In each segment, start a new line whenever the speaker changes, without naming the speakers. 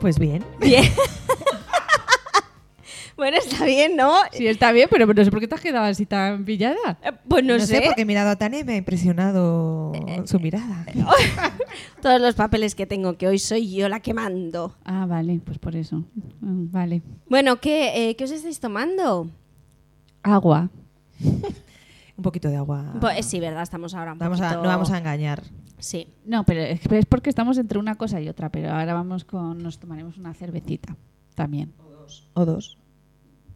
Pues bien.
Bien. bueno, está bien, ¿no?
Sí, está bien, pero no sé por qué te has quedado así tan pillada.
Eh, Pues no,
No sé, porque he mirado a Tania y me ha impresionado
Eh,
su mirada.
oh.
Todos los papeles que tengo, que hoy soy yo la que mando.
Ah, vale, pues por eso. Mm, Vale.
Bueno, ¿qué, eh, ¿qué os estáis tomando?
Agua.
Un poquito de agua.
Pues, eh, sí, ¿verdad? Estamos ahora un
Vamos a-
poquito-
no vamos a engañar.
Sí.
No, pero es es porque estamos entre una cosa y otra, pero ahora vamos con. Nos tomaremos una cervecita también.
O dos.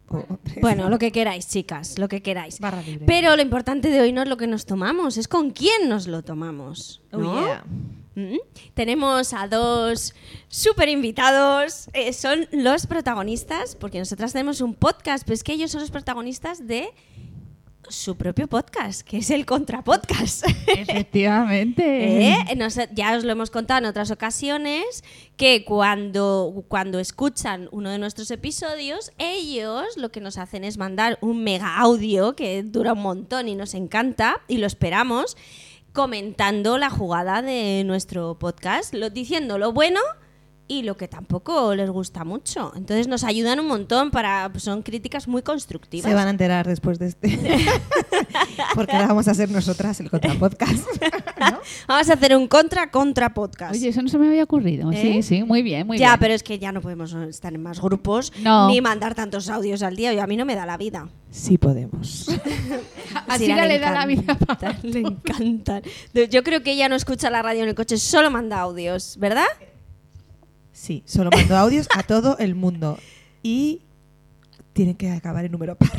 O- o tres.
Bueno, lo que queráis, chicas, lo que queráis.
Barra libre.
Pero lo importante de hoy no es lo que nos tomamos, es con quién nos lo tomamos.
Oh,
¿no?
yeah.
Mm. Tenemos a dos super invitados, eh, son los protagonistas, porque nosotras tenemos un podcast, pero es que ellos son los protagonistas de su propio podcast, que es el Contrapodcast.
Efectivamente.
¿Eh? Nos- ya os lo hemos contado en otras ocasiones, que cuando, cuando escuchan uno de nuestros episodios, ellos lo que nos hacen es mandar un mega audio que dura un montón y nos encanta y lo esperamos, comentando la jugada de nuestro podcast, lo, diciendo lo bueno y lo que tampoco les gusta mucho. Entonces nos ayudan un montón para son críticas muy constructivas.
Se van a enterar después de este. Porque ahora vamos a ser nosotras el contrapodcast.
Vamos a hacer un contra contra podcast.
Oye, eso no se me había ocurrido.
¿Eh?
Sí, sí, muy bien, muy
ya,
bien.
pero es que ya no podemos estar en más grupos
No.
ni mandar tantos audios al día. Y a mí no me da la vida.
Sí podemos.
A
Así
Sira
le da la vida.
encantan, Le encantan. De- Yo creo que ella no escucha la radio en el coche, solo manda audios, ¿verdad?
Sí, solo mando audios a todo el mundo. Y tienen que acabar en número par.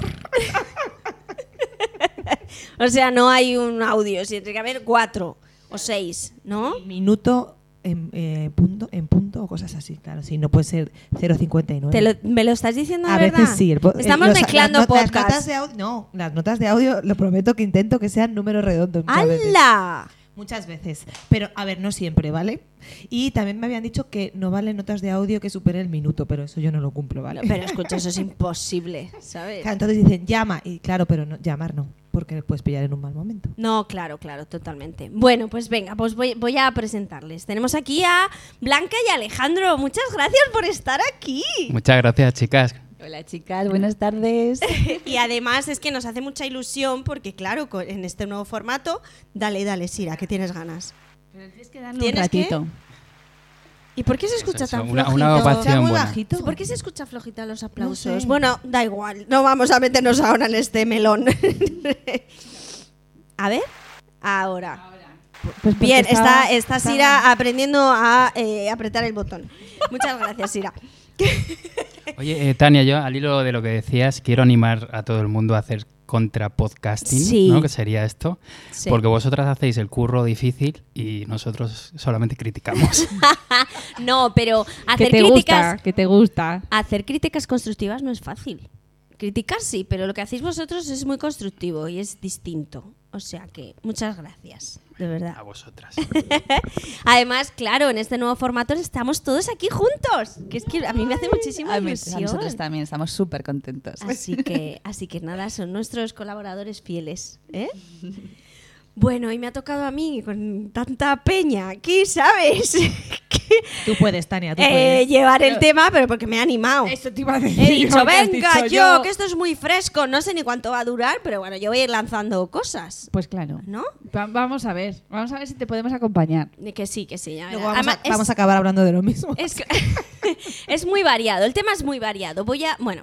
O sea, no hay un audio, si tiene que haber cuatro o seis, ¿no?
Minuto en, eh, punto, en punto o cosas así. Claro, sí, no puede ser 0,59.
Te lo- ¿Me lo estás diciendo de
a
verdad?
veces sí. el po- eh,
Estamos
los-
mezclando
las, no- las notas
podcasts.
de audio, no, las notas de audio lo prometo que intento que sean números redondos. muchas veces.
¡Hala!
Muchas veces. Pero, a ver, no siempre, ¿vale? Y también me habían dicho que no valen notas de audio que superen el minuto, pero eso yo no lo cumplo, ¿vale?
No, pero escucha, eso es imposible, ¿sabes?
Claro, Entonces dicen, llama. Y claro, pero no, llamar no, porque puedes pillar en un mal momento.
No, claro, claro, totalmente. Bueno, pues venga, pues voy, voy a presentarles. Tenemos aquí a Blanca y Alejandro. Muchas gracias por estar aquí.
Muchas gracias, chicas.
Hola chicas, buenas tardes.
Y además es que nos hace mucha ilusión porque, claro, co- en este nuevo formato, dale, dale, Sira, que tienes ganas. un
un ratito.
¿Y por qué se escucha tan
Una-
flojito?
una ovación.
Está muy
buena.
bajito.
¿Por qué se escucha flojita los aplausos?
No sé.
Bueno, da igual, no vamos a meternos ahora en este melón. a ver, ahora.
Pues porque
Bien,
estaba-
está, está Sira aprendiendo a eh, apretar el botón. Muchas gracias, Sira.
Oye, eh, Tania, yo al hilo de lo que decías, quiero animar a todo el mundo a hacer contra podcasting,
Sí.
¿no? Que sería esto.
Sí.
Porque vosotras hacéis el curro difícil y nosotros solamente criticamos.
No, pero
Que
hacer
te
críticas,
gusta, que te gusta.
hacer críticas constructivas no es fácil. Criticar sí, pero lo que hacéis vosotros es muy constructivo y es distinto. O sea que muchas gracias, de verdad.
a vosotras.
Además, claro, en este nuevo formato estamos todos aquí juntos, que es que a mí me hace muchísima
Ah,
A mí- a
ilusión.
nosotros también estamos súper contentos.
Así que, así que nada, son nuestros colaboradores fieles. ¿eh? Bueno, y me ha tocado a mí con tanta peña aquí, ¿sabes? Que,
Tú puedes, Tania, tú
eh,
puedes.
llevar el tema, pero porque me ha animado.
te iba a
He dicho, venga, yo, que esto es muy fresco, no sé ni cuánto va a durar, pero bueno, yo voy a ir lanzando cosas,
Pues claro.
¿no?
Va- vamos a ver. Vamos a ver si te podemos acompañar.
De Que sí, que sí. ya verás.
Luego vamos,
Además,
a,
es-
vamos a acabar hablando de lo mismo.
Es, es muy variado, el tema es muy variado. Voy a. Bueno,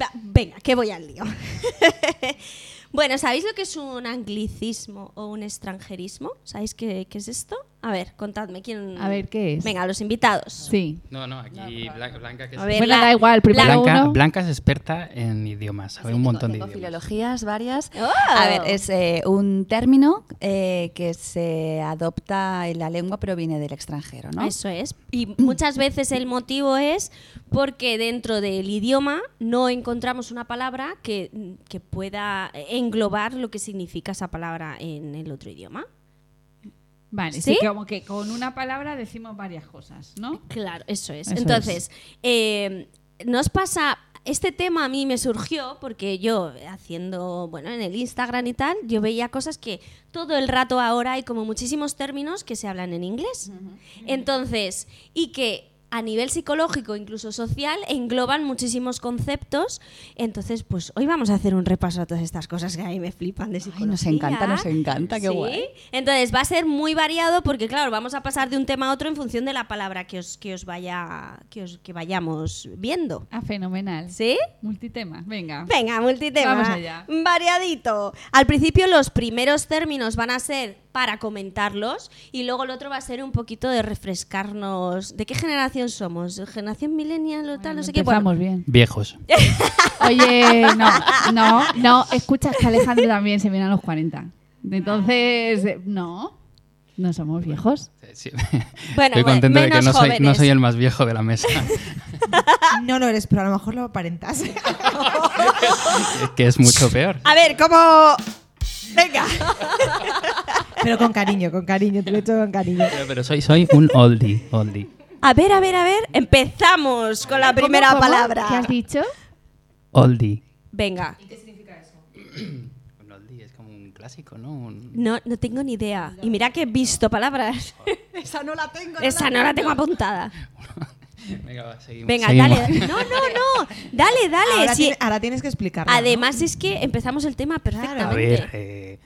va- venga, que voy al lío. bueno, ¿sabéis lo que es un anglicismo o un extranjerismo? ¿Sabéis qué, qué es esto? A ver, contadme quién.
A ver, ¿qué es?
Venga, los invitados.
Sí.
No, no, aquí Blanca, Blanca que
A
es-
ver,
Bueno,
la-
da igual. Primero
Blanca,
uno.
Blanca es experta en idiomas, sabe un montón
Tengo
de idiomas.
filologías varias.
¡Oh!
A ver, es eh, un término eh, que se adopta en la lengua pero viene del extranjero, ¿no?
Eso es. Y muchas veces el motivo es porque dentro del idioma no encontramos una palabra que, que pueda englobar lo que significa esa palabra en el otro idioma.
Vale, sí,
¿Sí?
como que con una palabra decimos varias cosas, ¿no?
Claro, eso es.
Eso
Entonces, eh, nos pasa. Este tema a mí me surgió porque yo haciendo, bueno, en el Instagram y tal, yo veía cosas que todo el rato ahora hay como muchísimos términos que se hablan en inglés. Entonces, y que a nivel psicológico, incluso social, engloban muchísimos conceptos. Entonces, pues hoy vamos a hacer un repaso a todas estas cosas que a mí me flipan de psicología.
nos encanta, nos encanta, qué
Sí.
guay.
Entonces, va a ser muy variado porque, claro, vamos a pasar de un tema a otro en función de la palabra que os, que os vaya, que, os- que vayamos viendo.
Ah, fenomenal.
¿Sí?
Multitema, venga.
Venga, multitema.
Vamos allá.
Variadito. Al principio los primeros términos van a ser para comentarlos y luego el otro va a ser un poquito de refrescarnos. ¿De qué generación somos? ¿Generación millennial o tal? No sé qué. Bueno,
Empezamos bien.
Viejos.
Oye, no, no, no. Escuchas que Alejandro también se viene a los 40. Entonces, eh, no, no somos viejos.
Sí.
bueno,
Estoy contento de que
menos
no soy, no
jóvenes.
soy el más viejo de la mesa,
No lo eres, pero a lo mejor lo aparentas.
que es mucho peor.
A ver, ¿cómo...? Venga.
pero con cariño, con cariño, te lo he hecho con cariño.
Pero, pero soy, soy un oldie, oldie.
A ver, a ver, a ver. Empezamos con la primera
¿Cómo, cómo?
palabra.
¿Qué has dicho?
Oldie.
Venga.
Un oldie es como un clásico, ¿no? Un-
No, no tengo ni idea. Y mira que he visto palabras.
Esa no la tengo.
Esa no la tengo apuntada.
Venga, va, seguimos.
Venga,
seguimos.
dale. No, no, no. Dale, dale.
Ahora,
Sí.
tiene- ahora tienes que explicarla. ¿no?
Además es que empezamos el tema
A
perfectamente.
ver, eh,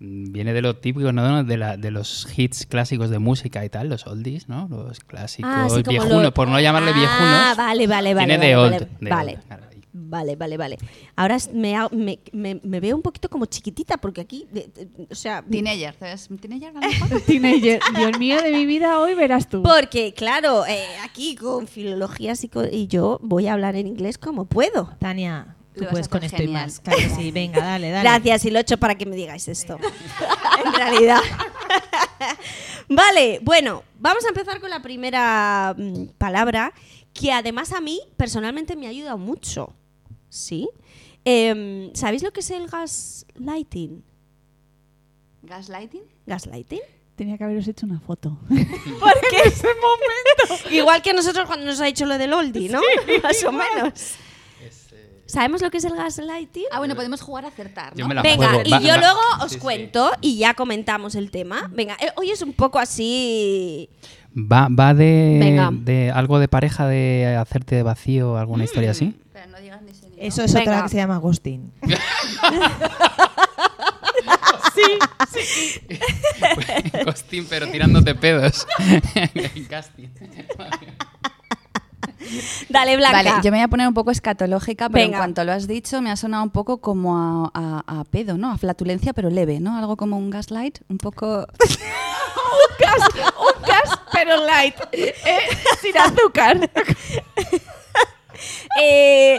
mm, viene de lo típico, ¿no? De, la, de los hits clásicos de música y tal, los oldies, ¿no? Los clásicos
Ah, así como
viejunos,
lo-
por no llamarle
Ah,
viejunos.
vale, vale, vale.
Viene de
vale,
old, de
Vale.
old. Claro, ahí.
Vale, vale, vale. Ahora es- me, ha- me, me- me veo un poquito como chiquitita porque aquí, de- de- o sea,
Teenager, ¿sabes? Teenager a lo mejor.
Teenager. Dios mío, de mi vida hoy verás tú.
porque claro, eh, aquí con filología psico y yo voy a hablar en inglés como puedo.
Tania,
Lo
tú
vas
puedes
a hacer
con esto y
genial.
más. Claro que sí, venga, dale, dale.
Gracias, y lo echo para que me digáis esto. en realidad. vale, bueno, vamos a empezar con la primera mm, palabra, que además a mí personalmente me ha ayudado mucho. ¿Sí? Em, ¿Sabéis lo que es el gaslighting?
Gaslighting.
¿Gaslighting?
Tenía que haberos hecho una foto.
Porque ese momento. Igual que nosotros cuando nos ha dicho lo del oldie, ¿no? Más o menos. ¿Sabemos lo que es el gaslighting?
Ah, bueno, podemos jugar a acertar,
Yo
¿no?
me la
Venga,
juego.
y
Va-
yo
va-
luego os
sí, sí.
cuento y ya comentamos el tema. Venga, eh, hoy es un poco así.
Va, va de,
Venga.
de algo de pareja, de hacerte de vacío, alguna historia así.
Pero no digas ni sí ni no.
Eso es
Venga.
otra que se llama ghosting.
Pues, Costín, pero tirándote pedos. Casting.
Dale, Blanca.
Vale, yo me voy a poner un poco escatológica, pero
Venga.
en cuanto lo has dicho me ha sonado un poco como a, a- a pedo, ¿no? A flatulencia, pero leve, ¿no? Algo como un gaslight, un poco...
Pero light. eh, sin azúcar.
Eh,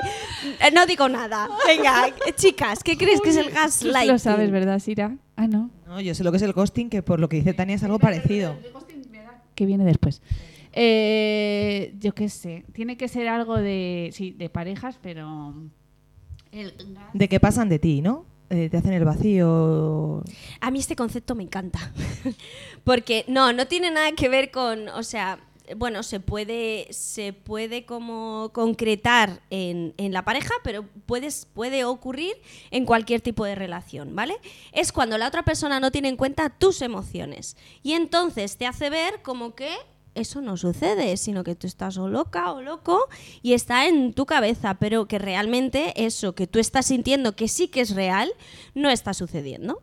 eh, no digo nada. Venga, eh, chicas, ¿qué crees que es el gaslighting?
Lo sabes, ¿verdad, Sira? Ah, no.
No, yo sé lo que es el ghosting, que por lo que dice Tania es algo parecido.
que viene después. Eh, yo qué sé, tiene que ser algo de, sí, de parejas, pero... El gas-
De que pasan de ti, ¿no? Eh, te hacen el vacío.
A mí este concepto me encanta. Porque no, no tiene nada que ver con, o sea, bueno, se puede, se puede como concretar en, en la pareja, pero puedes, puede ocurrir en cualquier tipo de relación, ¿vale? Es cuando la otra persona no tiene en cuenta tus emociones. Y entonces te hace ver como que eso no sucede, sino que tú estás o loca o loco y está en tu cabeza, pero que realmente eso que tú estás sintiendo que sí que es real, no está sucediendo.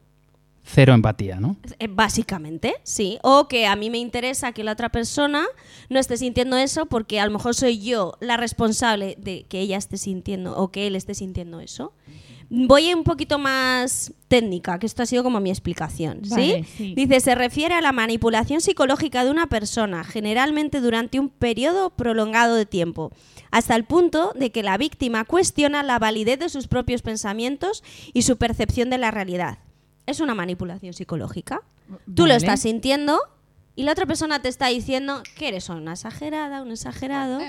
Cero empatía, ¿no?
Eh, Básicamente, sí. O que a mí me interesa que la otra persona no esté sintiendo eso porque a lo mejor soy yo la responsable de que ella esté sintiendo o que él esté sintiendo eso. Voy un poquito más técnica, que esto ha sido como mi explicación. ¿sí?
Vale, sí.
Dice, se refiere a la manipulación psicológica de una persona, generalmente durante un periodo prolongado de tiempo, hasta el punto de que la víctima cuestiona la validez de sus propios pensamientos y su percepción de la realidad. Es una manipulación psicológica. Tú
Vale.
lo estás sintiendo y la otra persona te está diciendo que eres una exagerada, un exagerado.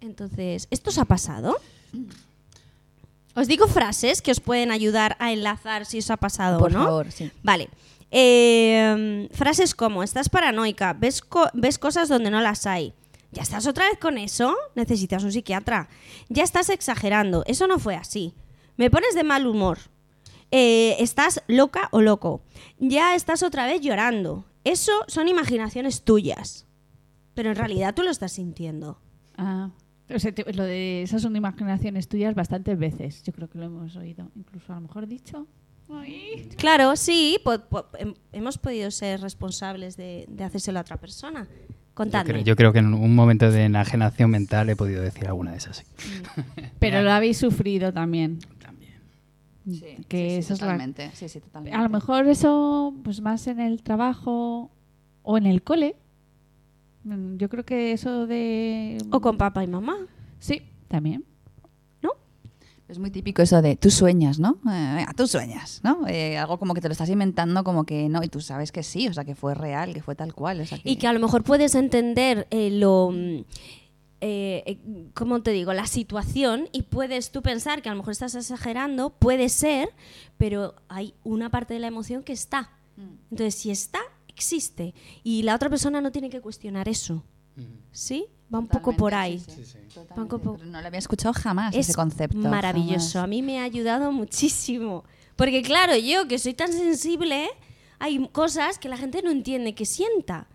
Entonces, ¿esto os ha pasado?
Mm.
Os digo frases que os pueden ayudar a enlazar si os ha pasado
Por
o no.
favor, sí.
Vale. Eh, frases como, estás paranoica, ves, co- ves cosas donde no las hay. ¿Ya estás otra vez con eso? Necesitas un psiquiatra. Ya estás exagerando, eso no fue así. Me pones de mal humor. Eh, estás loca o loco. Ya estás otra vez llorando. Eso son imaginaciones tuyas. pero en realidad tú lo estás sintiendo.
Ah, o sea, te- lo de esas son imaginaciones tuyas bastantes veces. Yo creo que lo hemos oído, incluso a lo mejor dicho. Ay.
Claro, sí, po- po- hem- hemos podido ser responsables de, de hacérselo a otra persona.
Yo
Contadme.
creo, yo creo que en un momento de enajenación mental he podido decir alguna de esas. sí.
Pero lo habéis sufrido también.
Sí,
Que
sí, sí,
eso es la-
totalmente. Sí, sí, totalmente.
A lo mejor eso, pues más en el trabajo o en el cole. Mm, Yo creo que eso de.
O con papá y mamá.
Sí, también.
Es muy típico eso de tú sueñas, ¿no? Eh, venga, tú sueñas, ¿no? Eh, algo como que te lo estás inventando, como que no, y tú sabes que sí, o sea, que fue real, que fue tal cual. O sea, que-
Y que a lo mejor puedes entender eh, lo. mm, eh, eh, ¿Cómo te digo? La situación y puedes tú pensar que a lo mejor estás exagerando, puede ser, pero hay una parte de la emoción que está.
Mm.
Entonces, si está, existe. Y la otra persona no tiene que cuestionar eso. ¿Sí? Va un poco por ahí.
Totalmente, sí, sí. Totalmente.
Va un poco-
Pero No lo había escuchado jamás
Es
ese concepto.
maravilloso. A
jamás.
mí me ha ayudado muchísimo. Porque claro, yo que soy tan sensible, hay cosas que la gente no entiende que sienta.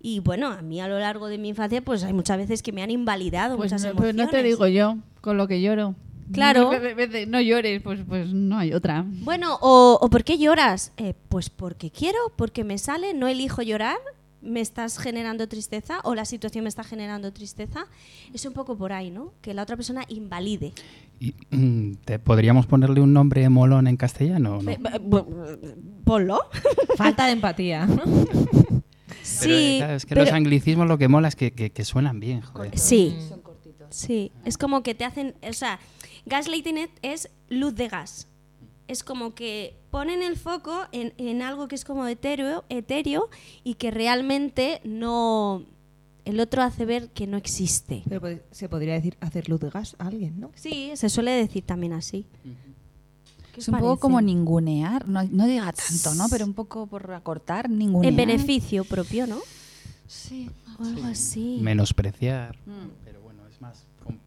Y bueno, a mí a lo largo de mi infancia, pues hay muchas veces que me han invalidado
Pues
muchas
no, pues
emociones.
no te digo yo con lo que lloro.
Claro.
De veces, No llores, pues, pues no hay otra.
Bueno, o, o ¿por qué lloras? Eh, pues porque quiero, porque me sale, no elijo llorar, me estás generando tristeza o la situación me está generando tristeza. Es un poco por ahí, ¿no? Que la otra persona invalide.
Y, mm, ¿te- ¿Podríamos ponerle un nombre molón en castellano? o no?
Eh, eh, bu- Ponlo.
Falta de empatía.
Pero, eh, eh,
Sí,
claro, es que
pero-
los anglicismos lo que mola es que, que- que suenan bien, joder.
Sí.
Mm.
Sí, es como que te hacen, o sea, gaslighting es- es luz de gas. Es como que ponen el foco en, en algo que es como etéreo, etéreo y que realmente no el otro hace ver que no existe.
Pero pod- se podría decir hacer luz de gas a alguien, ¿no?
Sí, se suele decir también así. ¿Qué os
Es un poco
parece?
como ningunear, no, no llega tanto, ¿no? Pero un poco por acortar, ningunear.
en beneficio propio, ¿no?
Sí.
O algo así.
Menospreciar.
Mm.
Pero bueno, es más, com-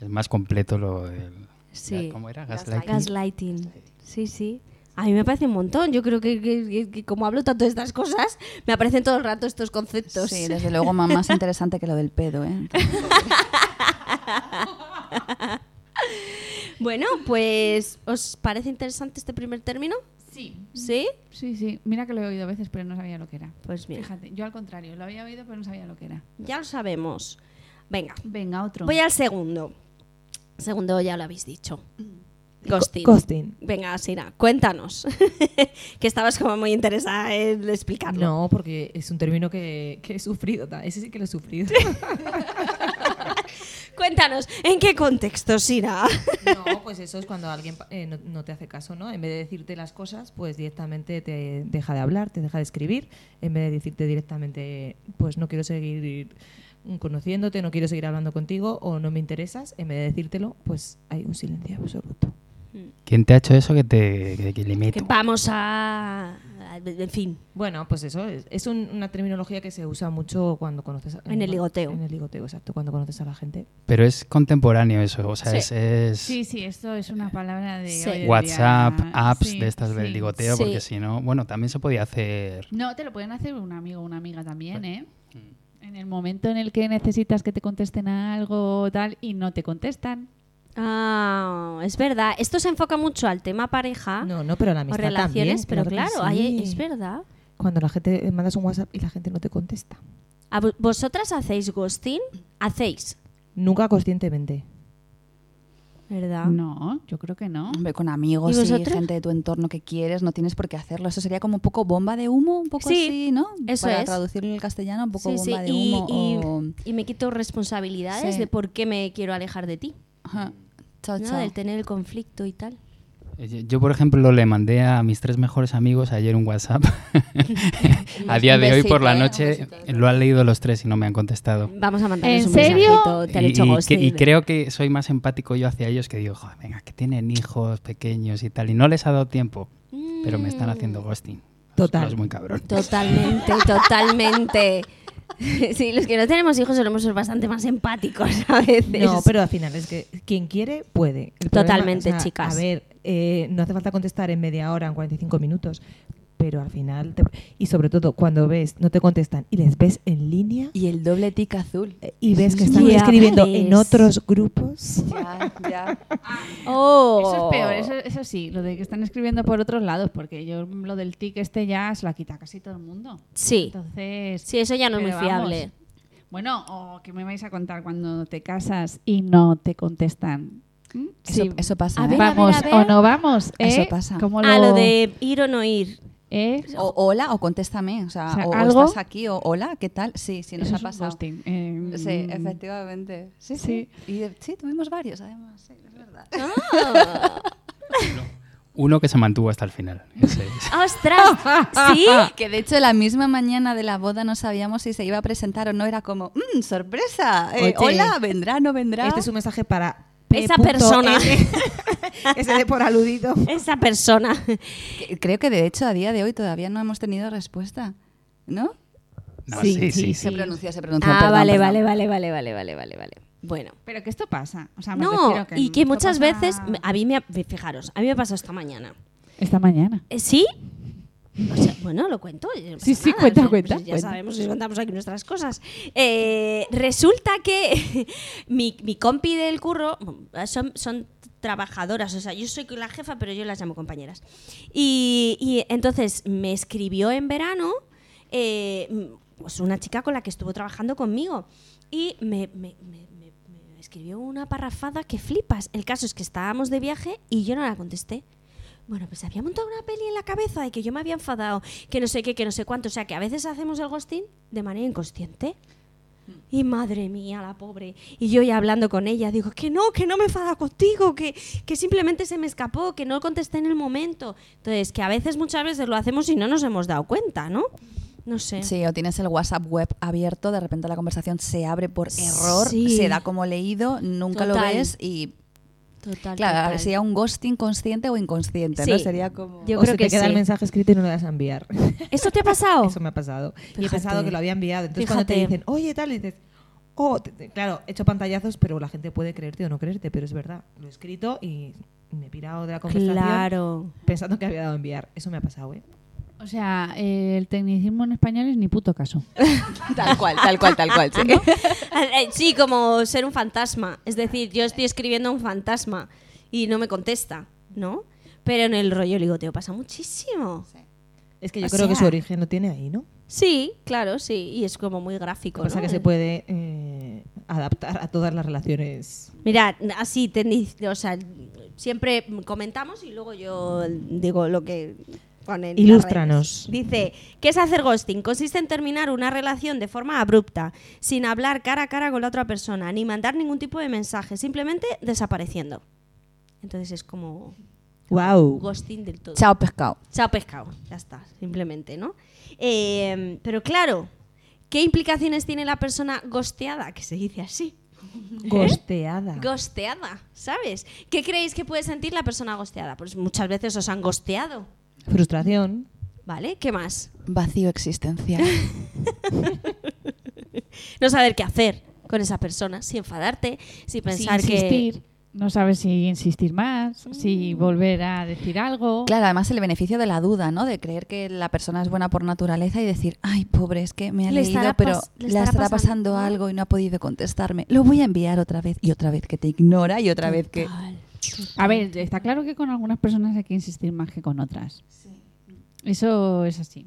es más completo lo el-
Sí.
¿Cómo era?
Gaslighting.
Gaslighting.
Gaslighting. Sí, sí. A mí me parece un montón. Yo creo que, que- que- que como hablo tanto de estas cosas, me aparecen todo el rato estos conceptos.
Sí, desde luego más, más interesante que lo del pedo, ¿eh?
Bueno, pues ¿os parece interesante este primer término?
Sí.
¿Sí?
Sí, sí. Mira que lo he oído a veces, pero no sabía lo que era.
Pues bien,
Fíjate, yo al contrario, lo había oído, pero no sabía lo que era.
ya lo sabemos. Venga,
Venga, otro.
voy al segundo. Segundo ya lo habéis dicho. Ghosting.
Ghosting.
Venga, Sira, cuéntanos. que estabas como muy interesada en explicarlo.
No, porque es un término que, que he sufrido. ta- Ese sí que lo he sufrido.
Cuéntanos, ¿en qué contexto, Sira?
No, pues eso es cuando alguien pa- eh, no, no te hace caso, ¿no? En vez de decirte las cosas, pues directamente te deja de hablar, te deja de escribir. En vez de decirte directamente, pues no quiero seguir conociéndote, no quiero seguir hablando contigo o no me interesas, en vez de decírtelo, pues hay un silencio absoluto.
¿Quién te ha hecho eso que te que, que le
Mm. que
meto?
vamos a... a- En fin,
Bueno, pues eso es, es un- una terminología que se usa mucho cuando conoces a,
En el ligoteo.
En el ligoteo, exacto, cuando conoces a la gente.
Pero es contemporáneo eso, o sea,
Sí.
es, es
Sí, sí, esto es una palabra de.
Sí.
hoy en día.
WhatsApp, apps
Sí,
de estas del
sí.
ligoteo,
Sí.
porque si no, bueno, también se podía hacer
No, te lo pueden hacer un amigo o una amiga también, ¿eh?
Mm.
En el momento en el que necesitas que te contesten a algo o tal y no te contestan.
Ah, es verdad. Esto se enfoca mucho al tema pareja
No, no, pero la
Ah, o
amistad
relaciones,
también,
pero
que
claro,
sí.
ahí es verdad.
Cuando la gente mandas un WhatsApp y la gente no te contesta.
¿A vo- ¿Vosotras hacéis ghosting? Hacéis,
Nunca conscientemente.
¿verdad?
No, yo creo que no.
Hombre, con amigos
¿Y
y,
vosotras?
gente de tu entorno que quieres, no tienes por qué hacerlo. Eso sería como un poco bomba de humo, un poco
Sí,
así, ¿no?
eso
Para
es.
traducirlo al castellano, un poco
Sí, sí,
bomba de
y-
humo
y,
o...
y me quito responsabilidades
Sí.
de por qué me quiero alejar de ti,
Ajá. Chao,
¿no?
chao.
Del tener el conflicto y tal.
Eh, Yo, yo, por ejemplo, le mandé a mis tres mejores amigos ayer un WhatsApp. a día de hoy, por
besito,
la
¿eh? Un
noche,
besito.
lo han leído los tres y no me han contestado.
Vamos a mandarles
¿En
un
serio?
mensajito, te han
y,
hecho
y que-
ghosting.
y creo que soy más empático yo hacia ellos que digo, "Joder, venga, que tienen hijos pequeños y tal, y no les ha dado tiempo, pero me
Mm.
están haciendo ghosting. Los-
Total.
los muy cabrón.
Totalmente, totalmente. Sí, los que no tenemos hijos solemos ser bastante más empáticos a veces.
No, pero al final es que quien quiere puede. El
Totalmente, chicas.
A ver, eh, no hace falta contestar en media hora, en 45 minutos. pero al final... te- Y sobre todo cuando ves, no te contestan y les ves en línea
Y el doble tic azul.
eh, y ves que están
Ya
escribiendo
ves.
en otros grupos.
Ya, ya.
Oh.
Eso es peor, eso, eso sí, lo de que están escribiendo por otros lados, porque yo lo del tic este ya se lo quita casi todo el mundo.
Sí,
Entonces,
sí, eso ya no es muy
Pero vamos.
fiable.
Bueno, o que me vais a contar cuando te casas y no te contestan. ¿Mm?
Eso,
Sí.
eso pasa.
A
¿eh?
ver,
vamos
ver.
o no vamos, ¿eh?
Eso pasa.
Como
A lo de ir o no ir.
¿eh?
O hola o contéstame. O sea,
O
o,
sea,
o
¿algo?
estás aquí o hola, ¿qué tal? Sí, sí, nos
Eso
ha
es un
pasado.
ghosting, eh,
Sí,
mm.
efectivamente. Sí, sí. Y de- sí, tuvimos varios, además. Sí, es verdad.
Oh.
Uno que se mantuvo hasta el final. Ese es.
¡Ostras! ¿Sí?
Ah, Que de hecho la misma mañana de la boda no sabíamos si se iba a presentar o no. Era como, "Mm, sorpresa. eh,
Oye,
hola, vendrá, no vendrá.
Este es un mensaje para...
Esa persona.
Ese de por aludido.
Esa persona.
Que- Creo que de hecho a día de hoy todavía no hemos tenido respuesta. ¿No?
No,
Sí,
sí,
sí,
sí, sí.
Se pronunció, se pronunció.
Ah,
perdón,
vale,
perdón.
vale, vale, vale, vale, vale, vale, vale. Bueno.
Pero que esto pasa. O sea, Ah, me
No,
refiero que
y que
esto
muchas
pasa
veces, a mí me, ha- fijaros, a mí me pasó esta mañana.
Esta mañana.
¿Eh, ¿Sí? O sea, bueno, lo cuento. y no pasa
Sí, sí,
nada.
cuenta,
O sea,
cuenta,
pues Ya
cuenta.
sabemos si contamos aquí nuestras cosas. Eh, resulta que mi, mi compi del curro mm, son, son trabajadoras. O sea, yo soy la jefa, pero yo las llamo compañeras. Y, y entonces me escribió en verano eh, pues una chica con la que estuvo trabajando conmigo. Y me- me- me- me- me escribió una parrafada que flipas. El caso es que estábamos de viaje y yo no la contesté. Bueno, pues se había montado una peli en la cabeza de que yo me había enfadado, que no sé qué, que no sé cuánto. O sea, que a veces hacemos el ghosting de manera inconsciente. Y madre mía, la pobre. Y yo ya hablando con ella, digo, que no, que no me enfada contigo, que, que simplemente se me escapó, que no contesté en el momento. Entonces, que a veces, muchas veces lo hacemos y no nos hemos dado cuenta, ¿no? No sé.
Sí, o tienes el WhatsApp web abierto, de repente la conversación se abre por error,
Sí.
se da como leído, nunca lo
Total.
ves y
Total.
claro,
total.
sería un ghosting consciente o inconsciente, ¿no?
Sí.
Sería como
Yo
o
creo
se
que
te queda el
sí.
mensaje escrito y no lo das a enviar.
¿Eso te ha pasado?
Eso me ha pasado. Y
Oh.
he
Fíjate.
pensado que lo había enviado. Entonces cuando te
Fíjate.
dicen, oye, tal, y dices, oh, te- te- claro, he hecho pantallazos, pero la gente puede creerte o no creerte, pero es verdad. Lo he escrito y me he pirado de la conversación
Claro.
pensando que había dado a enviar. Eso me ha pasado, ¿eh?
O sea, eh, el tecnicismo en español es ni puto caso.
tal cual, tal cual, tal cual. sí.
Ah, eh, Sí, como ser un fantasma. Es decir, yo estoy escribiendo a un fantasma y no me contesta, ¿no? Pero en el rollo ligoteo pasa muchísimo.
Es que yo
O
creo que
sea-
su origen no tiene ahí, ¿no?
Sí, claro, sí. Y es como muy gráfico.
Cosa
¿no?
que se puede eh, adaptar a todas las relaciones.
Mirad, así, tendi- o sea, siempre comentamos y luego yo digo lo que pone. en las
Ilústranos.
redes. Dice, ¿qué es hacer ghosting? Consiste en terminar una relación de forma abrupta, sin hablar cara a cara con la otra persona, ni mandar ningún tipo de mensaje, simplemente desapareciendo. Entonces es como
¡Wow!
ghosting del todo.
Chao pescado.
Chao pescado, ya está, simplemente, ¿no? Eh, pero claro, ¿qué implicaciones tiene la persona gosteada, que se dice así? ¿Eh?
Gosteada.
Gosteada, ¿sabes? ¿Qué creéis que puede sentir la persona gosteada? Pues muchas veces os han gosteado,
Frustración.
¿vale? ¿Qué más?
Vacío existencial.
No saber qué hacer con esa persona, si enfadarte, si pensar
si
que...
insistir, no sabes si insistir más,
Mm.
si volver a decir algo.
Claro, además el beneficio de la duda, ¿no? De creer que la persona es buena por naturaleza y decir, ay, pobre, es que me ha
Le
leído,
estará
pero
pas- le
le
estará
estará,
pasando-
pasando, algo y no ha podido contestarme. Lo voy a enviar otra vez y otra vez que te ignora y otra vez que...
Total.
A ver, está claro que con algunas personas hay que insistir más que con otras. Eso es así.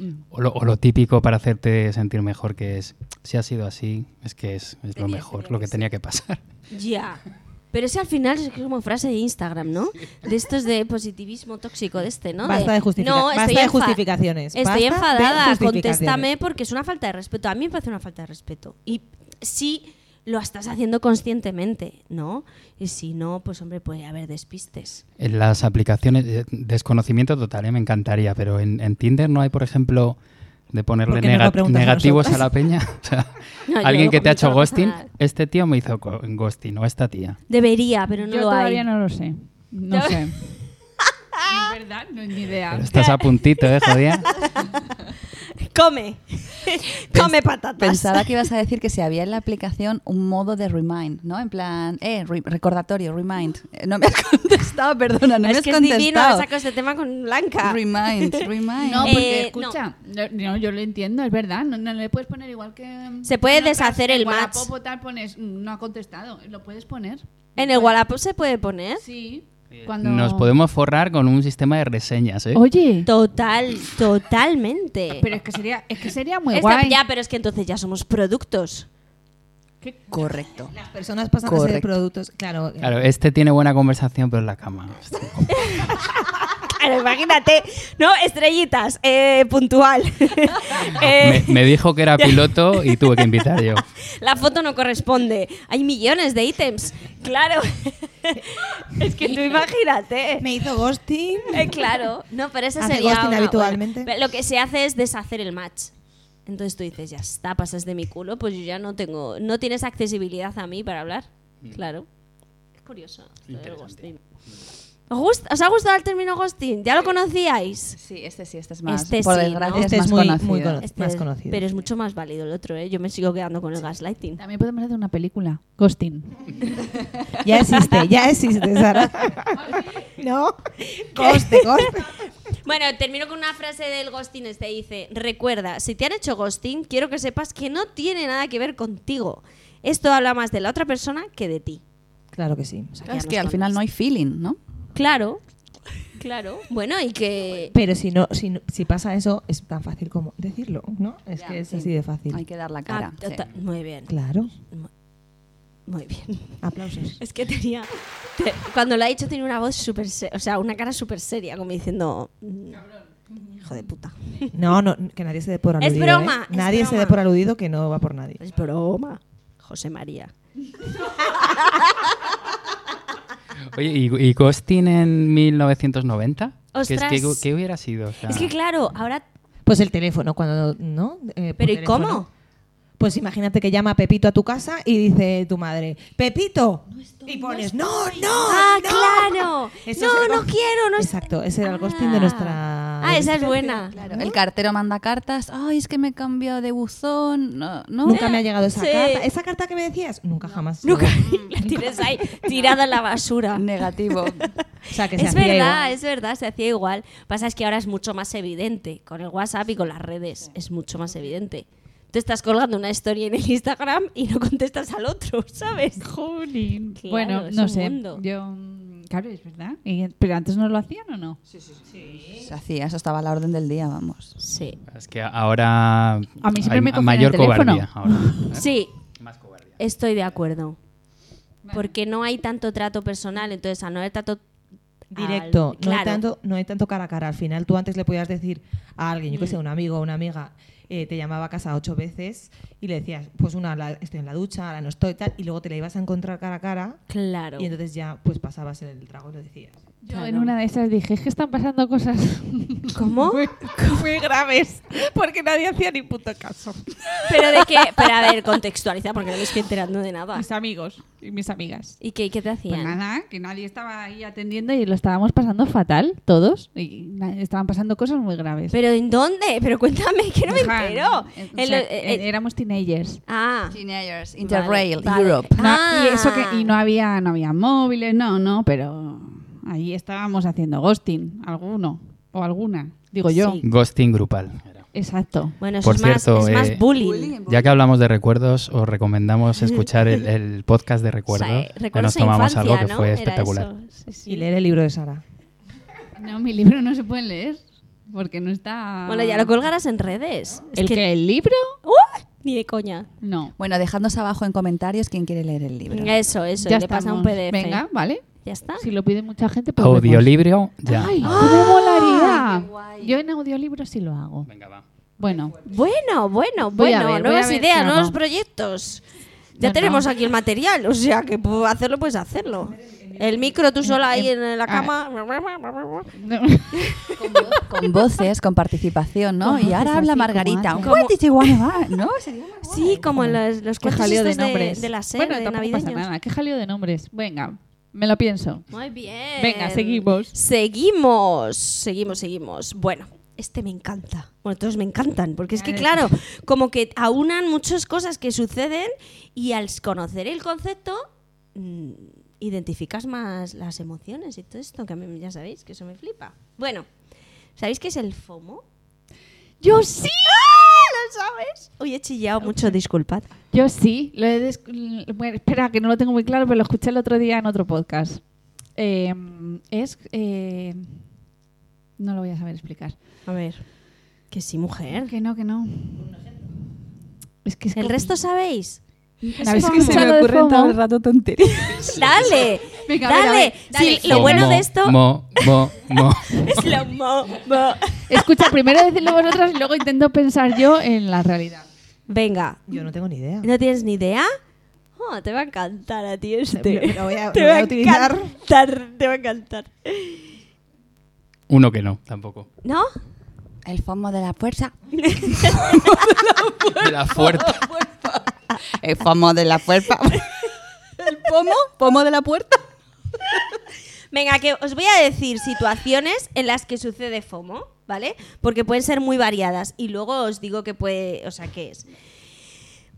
Mm.
O lo, o lo típico para hacerte sentir mejor que es, si ha sido así, es que es, es lo
Tenía-
mejor,
tenía
lo
que
que
ser.
tenía que pasar.
Ya. Pero ese al final es como frase de Instagram, ¿no? De estos de positivismo tóxico de este, ¿no?
Basta de justifica-
No,
basta
estoy
de
enfa-
justificaciones.
Estoy
Basta de
enfadada,
justificaciones.
contéstame porque es una falta de respeto. A mí me parece una falta de respeto. Y si lo estás haciendo conscientemente, ¿no? Y si no, pues hombre, puede haber despistes.
En las aplicaciones, eh, desconocimiento total, ¿eh? me encantaría, pero en, en Tinder no hay, por ejemplo, de ponerle
Porque nos lo
nega-
preguntas a
negativos a,
nosotras.
la peña. O sea,
No, yo
alguien que te
conmigo
ha hecho
no pasa
ghosting,
nada.
este tío me hizo co- ghosting o esta tía.
Debería, pero no
Yo
lo
todavía
hay.
no lo sé. No sé. ¿Verdad? No, ni idea.
Pero estás a puntito, ¿eh, jodida?
Come. Come patatas.
Pensaba que ibas a decir que si había en la aplicación un modo de remind, ¿no? En plan, eh, re- recordatorio, remind. Eh, No me has contestado, perdona, no me
es
has
que es divino,
contestado.
saco este tema con Blanca.
Remind, remind.
No,
Eh,
porque
no.
escucha, no. no, yo lo entiendo, es verdad. No, no le puedes poner igual que.
Se puede
en otras-
deshacer
en
el match.
Wallapop o tal pones, "Mm, no ha contestado. Lo puedes poner.
En el Wallapop se puede poner.
Sí. Cuando...
Nos podemos forrar con un sistema de reseñas, ¿eh?
Oye,
Total, totalmente.
pero es que sería, es que sería muy
Esta-
guay.
Este ya, pero es que entonces ya somos productos.
¿Qué-
Correcto.
Las personas pasan a ser
Correcto.
productos. Claro, eh,
Claro, este tiene buena conversación, pero en la cama.
Claro, imagínate, ¿no? Estrellitas, eh, puntual. Eh,
Me, me dijo que era piloto y tuve que invitar yo.
La foto no corresponde. Hay millones de ítems. Claro. es que tú imagínate.
Me hizo ghosting.
Eh, claro. No, pero esa
Hace
sería.
ghosting
una
habitualmente.
buena. Pero Lo que se hace es deshacer el match. Entonces tú dices, ya está, pasas de mi culo, pues yo ya no tengo. No tienes accesibilidad a mí para hablar. Claro. Es curioso. esto del ghosting. ¿Os, gust- os ha gustado el término ghosting? ¿Ya lo conocíais?
Sí, este sí, este es más.
Este
por
sí,
desgracia
¿no?
es
Este es
más
muy-
conocido.
muy conocido. Más
Pero Este es mucho más válido el otro, ¿eh? Yo me sigo quedando con el gaslighting.
También podemos hacer una película, Ghosting.
Ya existe, ya existe, Sara. ¿No? Coste, coste.
Bueno, termino con una frase del ghosting. Este dice: Recuerda, si te han hecho ghosting, quiero que sepas que no tiene nada que ver contigo. Esto habla más de la otra persona que de ti.
Claro que sí.
O sea,
Claro, es
ya
que
nos
al final no
conoces.
hay feeling, ¿no?
Claro, claro. Bueno, y que.
Pero si no, si, no- si pasa eso, es tan fácil como decirlo, ¿no? Es que es
sí.
así de fácil.
Hay que dar la
Ah,
cara. sí.
ta- Muy bien,
Claro.
muy bien.
Aplausos.
Es que tenía. te- cuando lo ha dicho, tenía una voz súper. se- O sea, una cara súper seria, como diciendo. mm, Hijo de puta.
No, no, que nadie se dé por
Es
aludido.
broma,
¿eh?
es
Nadie se dé
broma.
por aludido que no va por nadie.
Es broma. José María.
Oye, ¿y, y Ghosting en 1990? Que es
Ostras.
que, ¿Qué hubiera sido? O sea,
Es que, claro, ahora.
Pues el teléfono, cuando no. Eh, por
¿Pero y
teléfono.
cómo?
Pues imagínate que llama a Pepito a tu casa y dice tu madre, Pepito. y pones, no, no.
¡Ah,
no".
claro!
Eso
no,
es el
no
ghost-
quiero, no es-
Exacto, ese era el
Ah.
ghosting de nuestra.
Ah, esa es buena.
Claro, El cartero manda cartas. Ay, es que me he cambiado de buzón. No, no.
Nunca me ha llegado esa
Sí.
carta. ¿Esa carta que me decías? Nunca jamás.
Nunca la tienes ahí tirada en la basura.
Negativo.
O sea, que se
Es
hacía
verdad,
igual.
es verdad, se hacía igual. Pasa es que ahora es mucho más evidente con el WhatsApp y con las redes, es mucho más evidente. Te estás colgando una historia en el Instagram y no contestas al otro, ¿sabes?
Jolín.
Claro,
bueno,
es
no
un
sé.
mundo.
Yo, mm, claro, es verdad. Y- pero antes no lo hacían o no.
Se hacía, eso estaba a la orden del día, vamos.
Sí,
es que ahora.
A mí siempre me cogen
Mayor
el teléfono.
cobardía. Ahora.
sí,
Más cobardía.
estoy de acuerdo. Porque no hay tanto trato personal, entonces al no haber trato
Directo,
al-
no, hay
claro.
tanto, no hay tanto cara a cara. Al final tú antes le podías decir a alguien, yo que sé, un amigo o una amiga, eh, te llamaba a casa ocho veces y le decías, pues una, la- estoy en la ducha, ahora no estoy tal, y luego te la ibas a encontrar cara a cara
Claro.
y entonces ya pues pasabas el trago y lo decías.
Yo en una de esas dije, es que están pasando cosas
¿Cómo?
muy, muy graves, porque nadie hacía ni puto caso.
Pero de qué, pero a ver, contextualiza porque no me estoy enterando de nada.
Mis amigos y mis amigas.
¿Y qué, qué te hacían?
Pues nada, que nadie estaba ahí atendiendo y lo estábamos pasando fatal, todos. Y na- estaban pasando cosas muy graves.
¿Pero en dónde? Pero cuéntame, que no me
Ajá.
entero.
Eh, o
En
sea,
lo- eh,
eh, éramos teenagers.
ah,
Teenagers, Interrail,
vale.
Europe.
No,
Ah.
y eso que y no había no había móviles, no, no, pero ahí estábamos haciendo ghosting, alguno o alguna, digo yo.
Sí.
Ghosting grupal.
Exacto.
bueno, eso
Por
es,
cierto,
más, es
eh,
más bullying.
Ya que hablamos de recuerdos, os recomendamos escuchar el, el podcast de
O sea,
recuerdos.
eh,
que
recuerdos
nos
de
tomamos
infancia,
algo que
¿no?
fue
Era
espectacular.
eso, sí, sí.
Y leer el libro de Sara.
No, mi libro no se puede leer porque no está
Bueno, ya lo colgarás en redes. Es
¿El
que-
que el libro?
¡Uh! Ni de coña.
No.
Bueno, dejadnos abajo en comentarios quién quiere leer el libro.
Eso, eso. y le pasa un
estamos.
PDF.
Venga, vale.
Ya está.
Si lo pide mucha gente, pues vemos.
Audiolibro, ya.
Ay,
Ah,
me molaría.
qué guay.
Yo en audiolibro sí lo hago.
Venga, va.
Bueno,
Bueno, bueno,
Voy a
bueno.
ver, voy a
nuevas
ver si
ideas,
hago.
nuevos proyectos. Ya
No,
tenemos
no.
aquí el material, o sea que pu- hacerlo puedes hacerlo. El micro tú sola ahí en la
ah.
cama.
Con voces, con participación, ¿no?
Con
Y ahora
voces
habla
así,
Margarita.
como-
What did you wanna buy? ¿No? Sería una-
Sí, como en los, los
qué
cuentos
jaleo de
estos de,
nombres.
de la serie
bueno,
de
tampoco pasa
navideños.
nada. Qué jaleo de nombres. Venga, me lo pienso.
Muy bien.
Venga, seguimos.
Seguimos, seguimos, seguimos. Bueno, este me encanta. Bueno, todos me encantan, porque es que, claro, como que aunan muchas cosas que suceden y al conocer el concepto mm, identificas más las emociones y todo esto, que a mí ya sabéis que eso me flipa. Bueno, ¿sabéis qué es el FOMO?
Yo sí. ¡Ah!
¿Lo sabes? Hoy he chillado mucho, disculpad.
Yo sí. Lo he des- bueno, espera, que no lo tengo muy claro, pero lo escuché el otro día en otro podcast. Eh, es. eh, no lo voy a saber explicar.
A ver. Que sí, mujer.
Que no, que no. Es que es
¿El
como-
resto sabéis?
¿La habéis escuchado de FOMO?
rato tonterías.
¡Dale!
Venga, venga,
¡Dale!
dale.
Sí, Ah, lo bueno de esto
Mo, mo, mo.
es la mo- mo-
Escucha, primero decirlo vosotras y luego intento pensar yo en la realidad.
Venga,
Yo no tengo ni idea.
¿no tienes ni idea? Oh, te va a encantar a ti este.
Lo- lo voy a-
te
lo
va
voy a utilizar.
encantar, te va a encantar.
Uno que no, tampoco.
¿No?
El FOMO de la fuerza.
De la fuerza.
El FOMO de la fuerza. ¿El FOMO? ¿FOMO de la puerta?
Venga, que os voy a decir situaciones en las que sucede FOMO, ¿vale? Porque pueden ser muy variadas y luego os digo que puede, o sea, qué es.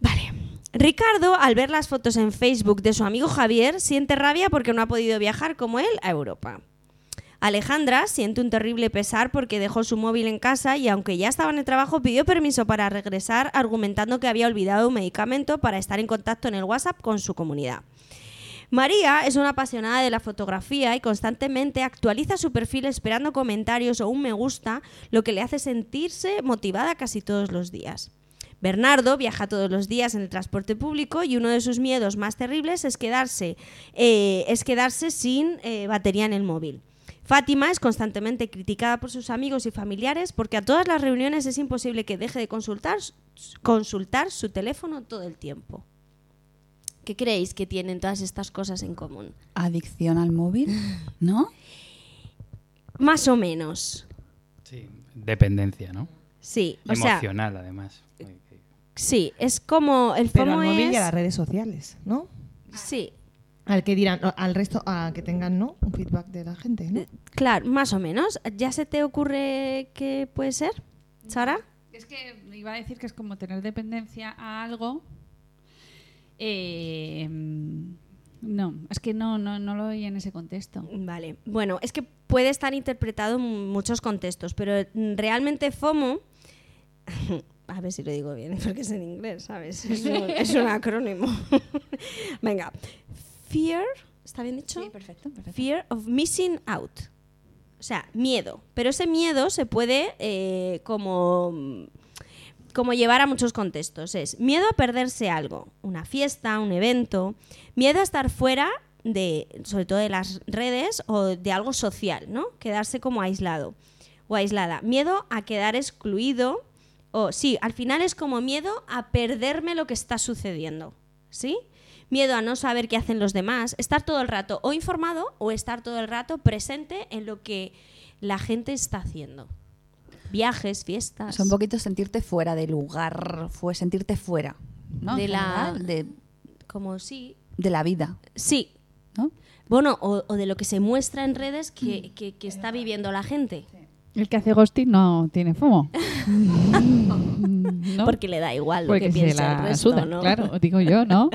Vale. Ricardo, al ver las fotos en Facebook de su amigo Javier, siente rabia porque no ha podido viajar como él a Europa. Alejandra siente un terrible pesar porque dejó su móvil en casa y aunque ya estaba en el trabajo pidió permiso para regresar argumentando que había olvidado un medicamento para estar en contacto en el WhatsApp con su comunidad. María es una apasionada de la fotografía y constantemente actualiza su perfil esperando comentarios o un me gusta, lo que le hace sentirse motivada casi todos los días. Bernardo viaja todos los días en el transporte público y uno de sus miedos más terribles es quedarse, eh, es quedarse sin eh, batería en el móvil. Fátima es constantemente criticada por sus amigos y familiares porque a todas las reuniones es imposible que deje de consultar, consultar su teléfono todo el tiempo. ¿Qué creéis que tienen todas estas cosas en común?
Adicción al móvil, ¿no?
Más o menos.
Sí, dependencia, ¿no?
Sí, o sea,
Emocional, además.
sí, es como el
Pero al
FOMO
móvil y a
es-
las redes sociales, ¿no?
Sí,
Al que dirán, no, al resto, a que tengan, ¿no? Un feedback de la gente, ¿no?
claro, más o menos. ¿Ya se te ocurre qué puede ser, Sara?
Es que iba a decir que es como tener dependencia a algo. Eh, mm, no, es que no, no, no lo oí en ese contexto.
Vale, bueno, es que puede estar interpretado en muchos contextos, pero mm, realmente FOMO, a ver si lo digo bien, porque es en inglés, ¿sabes? Es un, es un acrónimo. Venga, Fear, ¿está bien dicho?
perfecto,
Fear of missing out. O sea, miedo. Pero ese miedo se puede eh, como, como llevar a muchos contextos. Es miedo a perderse algo, una fiesta, un evento, miedo a estar fuera de, sobre todo de las redes o de algo social, ¿no? Quedarse como aislado o aislada. Miedo a quedar excluido. O sí, al final es como miedo a perderme lo que está sucediendo. ¿Sí? Miedo a no saber qué hacen los demás. Estar todo el rato o informado o estar todo el rato presente en lo que la gente está haciendo. Viajes, fiestas.
Es un poquito sentirte fuera de lugar, fue sentirte fuera, ¿no?
De
En
la-
general, de,
Como sí.
de la vida,
Sí.
¿no?
Bueno, o, o de lo que se muestra en redes
Mm.
que, que- que está viviendo la gente.
El que hace ghosting no tiene fumo. ¿No?
Porque le da igual lo
Porque
que
se
piensa
la
el resto,
suda,
¿no?
claro, digo yo, ¿no?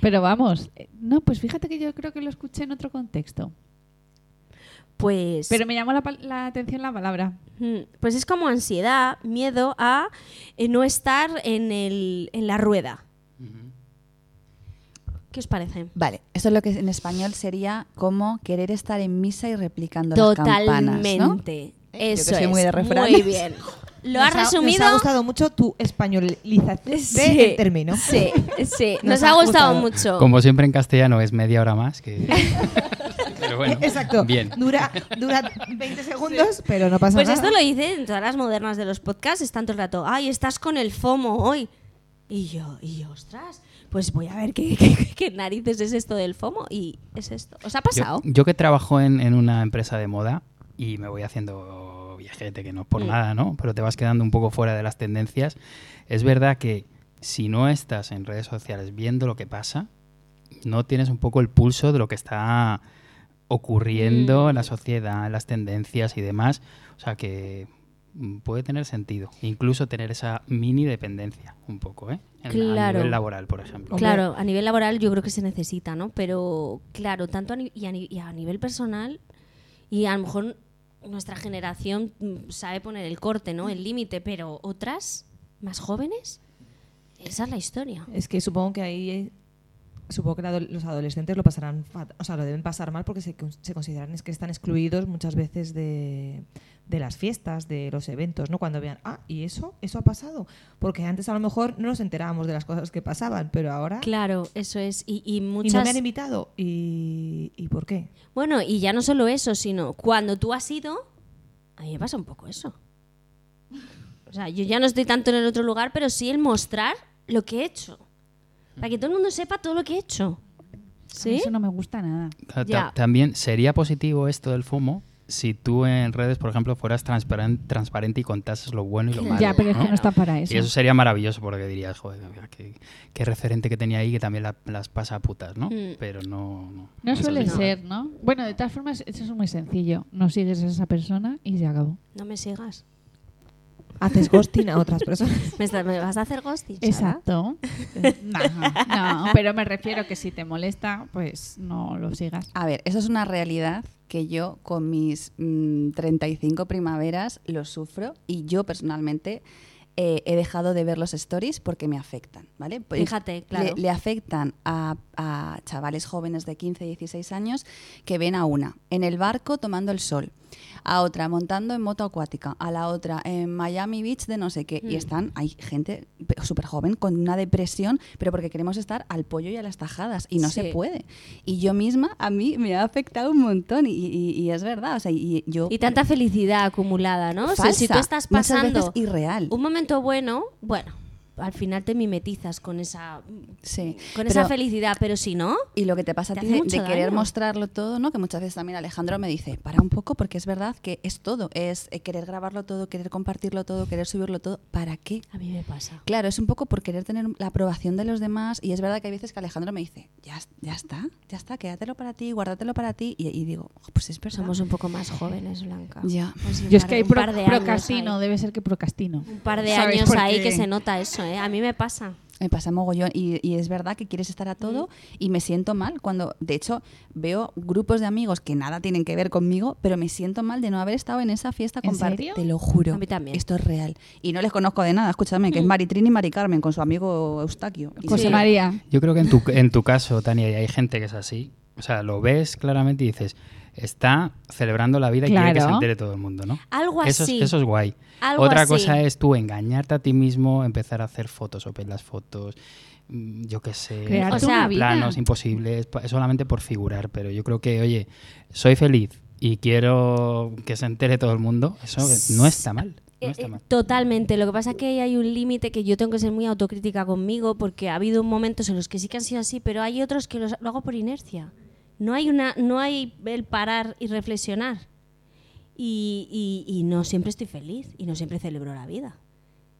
Pero vamos, eh, no, pues fíjate que yo creo que lo escuché en otro contexto.
Pues.
Pero me llamó la, pal- la atención la palabra.
Mm, Pues es como ansiedad, miedo a eh, no estar en, el, en la rueda. ¿Qué os parece?
Vale, eso es lo que en español sería como querer estar en misa y replicando las campanas, ¿no?
Totalmente.
que
Eso
soy
es.
muy de
Muy
refranes.
bien. Lo
Nos
has
ha-
resumido.
Nos ha gustado mucho tu españolización
Sí.
del término.
Sí, sí. Nos,
Nos
ha
ha
gustado
gustado.
mucho.
Como siempre en castellano es media hora más que... Pero bueno,
Exacto.
bien.
Dura, dura 20 segundos, pero no pasa
Pues
nada.
esto lo dicen todas las modernas de los podcasts, están todo el rato, ay, estás con el FOMO hoy. Y yo, y yo, ostras, pues voy a ver qué, qué- qué narices es esto del FOMO y es esto. ¿Os ha pasado?
Yo, yo que trabajo en, en una empresa de moda y me voy haciendo viajete, que no es por
Mm.
nada, ¿no? Pero te vas quedando un poco fuera de las tendencias. Es verdad que si no estás en redes sociales viendo lo que pasa, no tienes un poco el pulso de lo que está
Mm.
ocurriendo en la sociedad, en las tendencias y demás. O sea que mm, puede tener sentido. Incluso tener esa mini dependencia, un poco, ¿eh? En- A
Claro.
nivel laboral, por ejemplo.
Hombre.
Claro, a nivel laboral yo creo que se necesita, ¿no? Pero claro, tanto a ni- y, a ni- y a nivel personal, y a lo mejor nuestra generación mm, sabe poner el corte, ¿no? El límite, pero otras más jóvenes, esa es la historia.
Es que supongo que ahí eh, supongo que la ado- los adolescentes lo pasarán, fat- o sea, lo deben pasar mal porque se, con- se consideran es que están excluidos muchas veces de, de las fiestas, de los eventos, ¿no? Cuando vean, ah, ¿y eso? ¿Eso ha pasado? Porque antes a lo mejor no nos enterábamos de las cosas que pasaban, pero ahora
Claro, eso es. Y, y
y no me
muchas.
han invitado. ¿Y, y por qué?
bueno, y ya no solo eso, sino cuando tú has ido, a mí me pasa un poco eso. O sea, yo ya no estoy tanto en el otro lugar, pero sí el mostrar lo que he hecho. Para que todo el mundo sepa todo lo que he hecho.
A mí
¿Sí?
Eso no me gusta nada.
Ah, Ta- ta-
Ya.
También sería positivo esto del FOMO si tú en redes, por ejemplo, fueras transparan- transparente y contases lo bueno y lo malo.
ya, pero es que
¿no?
no está para eso.
Y eso sería maravilloso porque dirías, joder, mira, qué, qué referente que tenía ahí que también la- las pasa a putas, ¿no?
Mm.
Pero no... No,
No
se
suele
hace.
ser, ¿no? Bueno, de todas formas, eso es muy sencillo. No sigues a esa persona y se acabó.
No me sigas.
¿Haces ghosting a otras personas?
Me, está- me vas a hacer ghosting. Sara?
Exacto. no, no, pero me refiero que si te molesta, pues no lo sigas.
A ver, eso es una realidad que yo con mis mm, 35 primaveras lo sufro y yo personalmente eh, he dejado de ver los stories porque me afectan, ¿vale? Pues
Fíjate, claro.
Le, le afectan a, a chavales jóvenes de 15, 16 años que ven a una en el barco tomando el sol, a otra montando en moto acuática, a la otra en Miami Beach de no sé qué. Y
Mm.
están, hay gente pe- súper joven con una depresión, pero porque queremos estar al pollo y a las tajadas y no
Sí.
se puede. Y yo misma, a mí me ha afectado un montón y, y- y es verdad. O sea, y yo...
Y tanta felicidad acumulada, ¿no? O sea, si tú
Falsa,
estás
muchas veces
pasando
irreal.
un momento bueno, bueno, al final te mimetizas con esa
Sí.
con
Pero-
esa felicidad, pero si no,
Y lo que te pasa a
Te
ti
hace
de,
mucho
de querer
daño.
mostrarlo todo, ¿no? Que muchas veces también Alejandro me dice, para un poco, porque es verdad que es todo, es eh, querer grabarlo todo, querer compartirlo todo, querer subirlo todo. ¿Para qué?
a mí me pasa.
Claro, es un poco por querer tener la aprobación de los demás y es verdad que hay veces que Alejandro me dice, ya, es- ya está, ya está, quédatelo para ti, guárdatelo para ti. Y, y digo, "Jo, pues es verdad.
Somos un poco más jóvenes, Blanca.
Ya.
Pues un
Yo es
par-
que hay
un par
pro-
de años
procrastino,
ahí.
debe ser que procrastino.
Un par de
¿Sabes?
años
Porque-
ahí que se nota eso, ¿eh? A mí me pasa.
Me pasa mogollón y, y es verdad que quieres estar a todo y me siento mal cuando, de hecho, veo grupos de amigos que nada tienen que ver conmigo, pero me siento mal de no haber estado en esa fiesta
¿En serio?
compartida. Te lo juro.
A mí también. Mm.
Esto es real. Y no les conozco de nada, escúchame, que es Mari Trini y Mari Carmen con su amigo Eustaquio. Y
Pues
José
sí.
María.
Yo creo que en tu, en tu caso, Tania, y hay gente que es así. O sea, lo ves claramente y dices, está celebrando la vida y quiere que se
Claro.
entere todo el mundo, ¿no?
Algo
Eso es,
así.
eso es guay.
Algo
Otra
así.
cosa es tú engañarte a ti mismo, empezar a hacer fotos o las fotos, mm, yo qué sé,
Crear
hacer
tu una
vida.
planos imposibles, pa- solamente por figurar. Pero yo creo que, oye, soy feliz y quiero que se entere todo el mundo. Eso no está mal.
Eh,
No
eh,
está mal.
Totalmente. Lo que pasa es que hay un límite que yo tengo que ser muy autocrítica conmigo porque ha habido momentos en los que sí que han sido así, pero hay otros que los, lo hago por inercia. No hay, una, no hay el parar y reflexionar. Y, y- y no siempre estoy feliz y no siempre celebro la vida.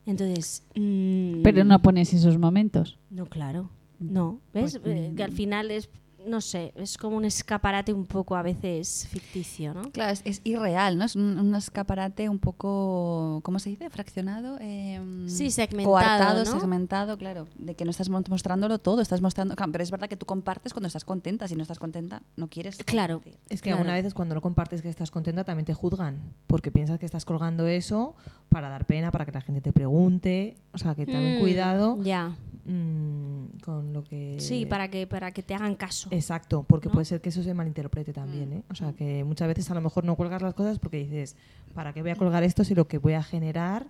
Entonces. mm,
Pero no pones esos momentos.
No, claro. No. ¿Ves?
Pues,
Eh, que al
mm,
final es. No sé, es como un escaparate un poco a veces ficticio, ¿no?
Claro, es, es irreal, ¿no? Es un, un escaparate un poco, ¿cómo se dice? Fraccionado. eh,
Mm.
Sí, segmentado,
Coartado,
¿no?
segmentado, claro. De que no estás mo- mostrándolo todo, estás mostrando... claro, Pero es verdad que tú compartes cuando estás contenta. Si no estás contenta, no quieres.
Claro.
Es que
Claro.
algunas veces cuando no compartes que estás contenta también te juzgan, porque piensas que estás colgando eso para dar pena, para que la gente te pregunte, o sea, que también
Mm,
cuidado
Ya.
mm, con lo que...
Sí, para que, para que te hagan caso.
Exacto, porque
¿no? Mm.
puede ser que eso se malinterprete también, ¿eh? O sea, que muchas veces a lo mejor no cuelgas las cosas porque dices, ¿para qué voy
Mm.
a colgar esto si lo que voy a generar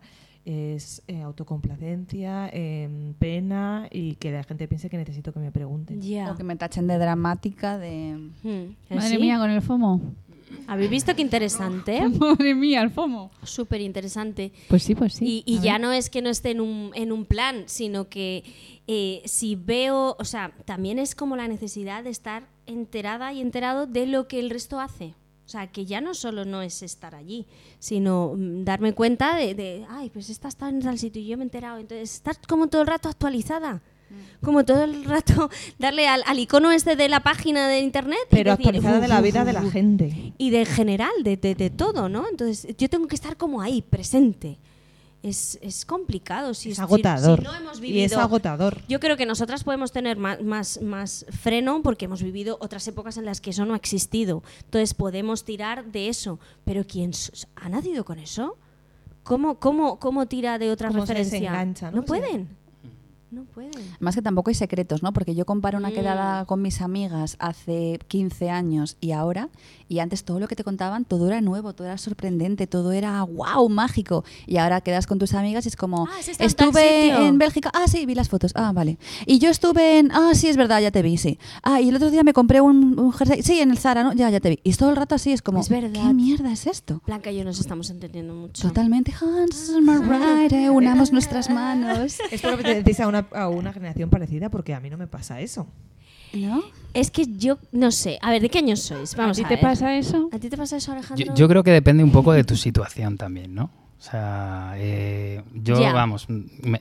es eh, autocomplacencia, em, pena y que la gente piense que necesito que me pregunten?
Ya.
O que me tachen de dramática, de...
Hmm.
Madre
¿Sí? ¿Eh?
mía, con el FOMO.
¿Habéis visto qué interesante?
Madre mía, el FOMO.
Súper interesante.
Pues sí, pues sí.
Y, y
A
ya
ver.
no es que no esté en un, en un plan, sino que eh, si veo, o sea, también es como la necesidad de estar enterada y enterado de lo que el resto hace. O sea, que ya no solo no es estar allí, sino mm, darme cuenta de, de, ay, pues esta está en tal sitio y yo me he enterado. Entonces, estar como todo el rato actualizada.
Mm.
Como todo el rato darle al, al icono este de la página de internet
Pero
y decir,
actualizada de la vida de la gente.
y de general, de, de- de todo, ¿no? Entonces yo tengo que estar como ahí, presente. Es, es complicado. Si,
Es
si-
agotador.
si no hemos
y es
vivido-
agotador.
Yo creo que nosotras podemos tener más, más, más freno porque hemos vivido otras épocas en las que eso no ha existido. Entonces podemos tirar de eso. Pero ¿quién s- ha nacido con eso? ¿Cómo, cómo, cómo tira de otra
¿Cómo se
referencia?
desengancha, no? Sí.
pueden. No pueden.
Más que tampoco hay secretos, ¿no? Porque yo comparo una
Mm.
quedada con mis amigas hace 15 años y ahora, y antes todo lo que te contaban, todo era nuevo, todo era sorprendente, todo era wow, mágico. Y ahora quedas con tus amigas y es como,
Ah, has estado en tal
estuve
sitio".
en Bélgica, ah, sí, vi las fotos, ah, vale. Y yo estuve en, ah, sí, es verdad, ya te vi, sí. Ah, y el otro día me compré un, un jersey, sí, en el Zara, ¿no? Ya, ya te vi. Y todo el rato así es como,
Es verdad. Ah.
¿qué mierda es esto?
Blanca y yo nos estamos entendiendo mucho.
Totalmente Hans Marriott, unamos nuestras manos.
Es por lo que pertenecéis a una, a una generación parecida porque a mí no me pasa eso.
¿No?
Es que yo no sé. A ver, ¿de qué años sois?
Pues ¿A
Vamos a,
ti te
ver.
pasa eso?
¿A ti te pasa eso,
Yo,
Alejandro?
yo creo que depende un poco de tu situación también, ¿no? O sea, eh, yo,
Ya.
vamos, m- me, me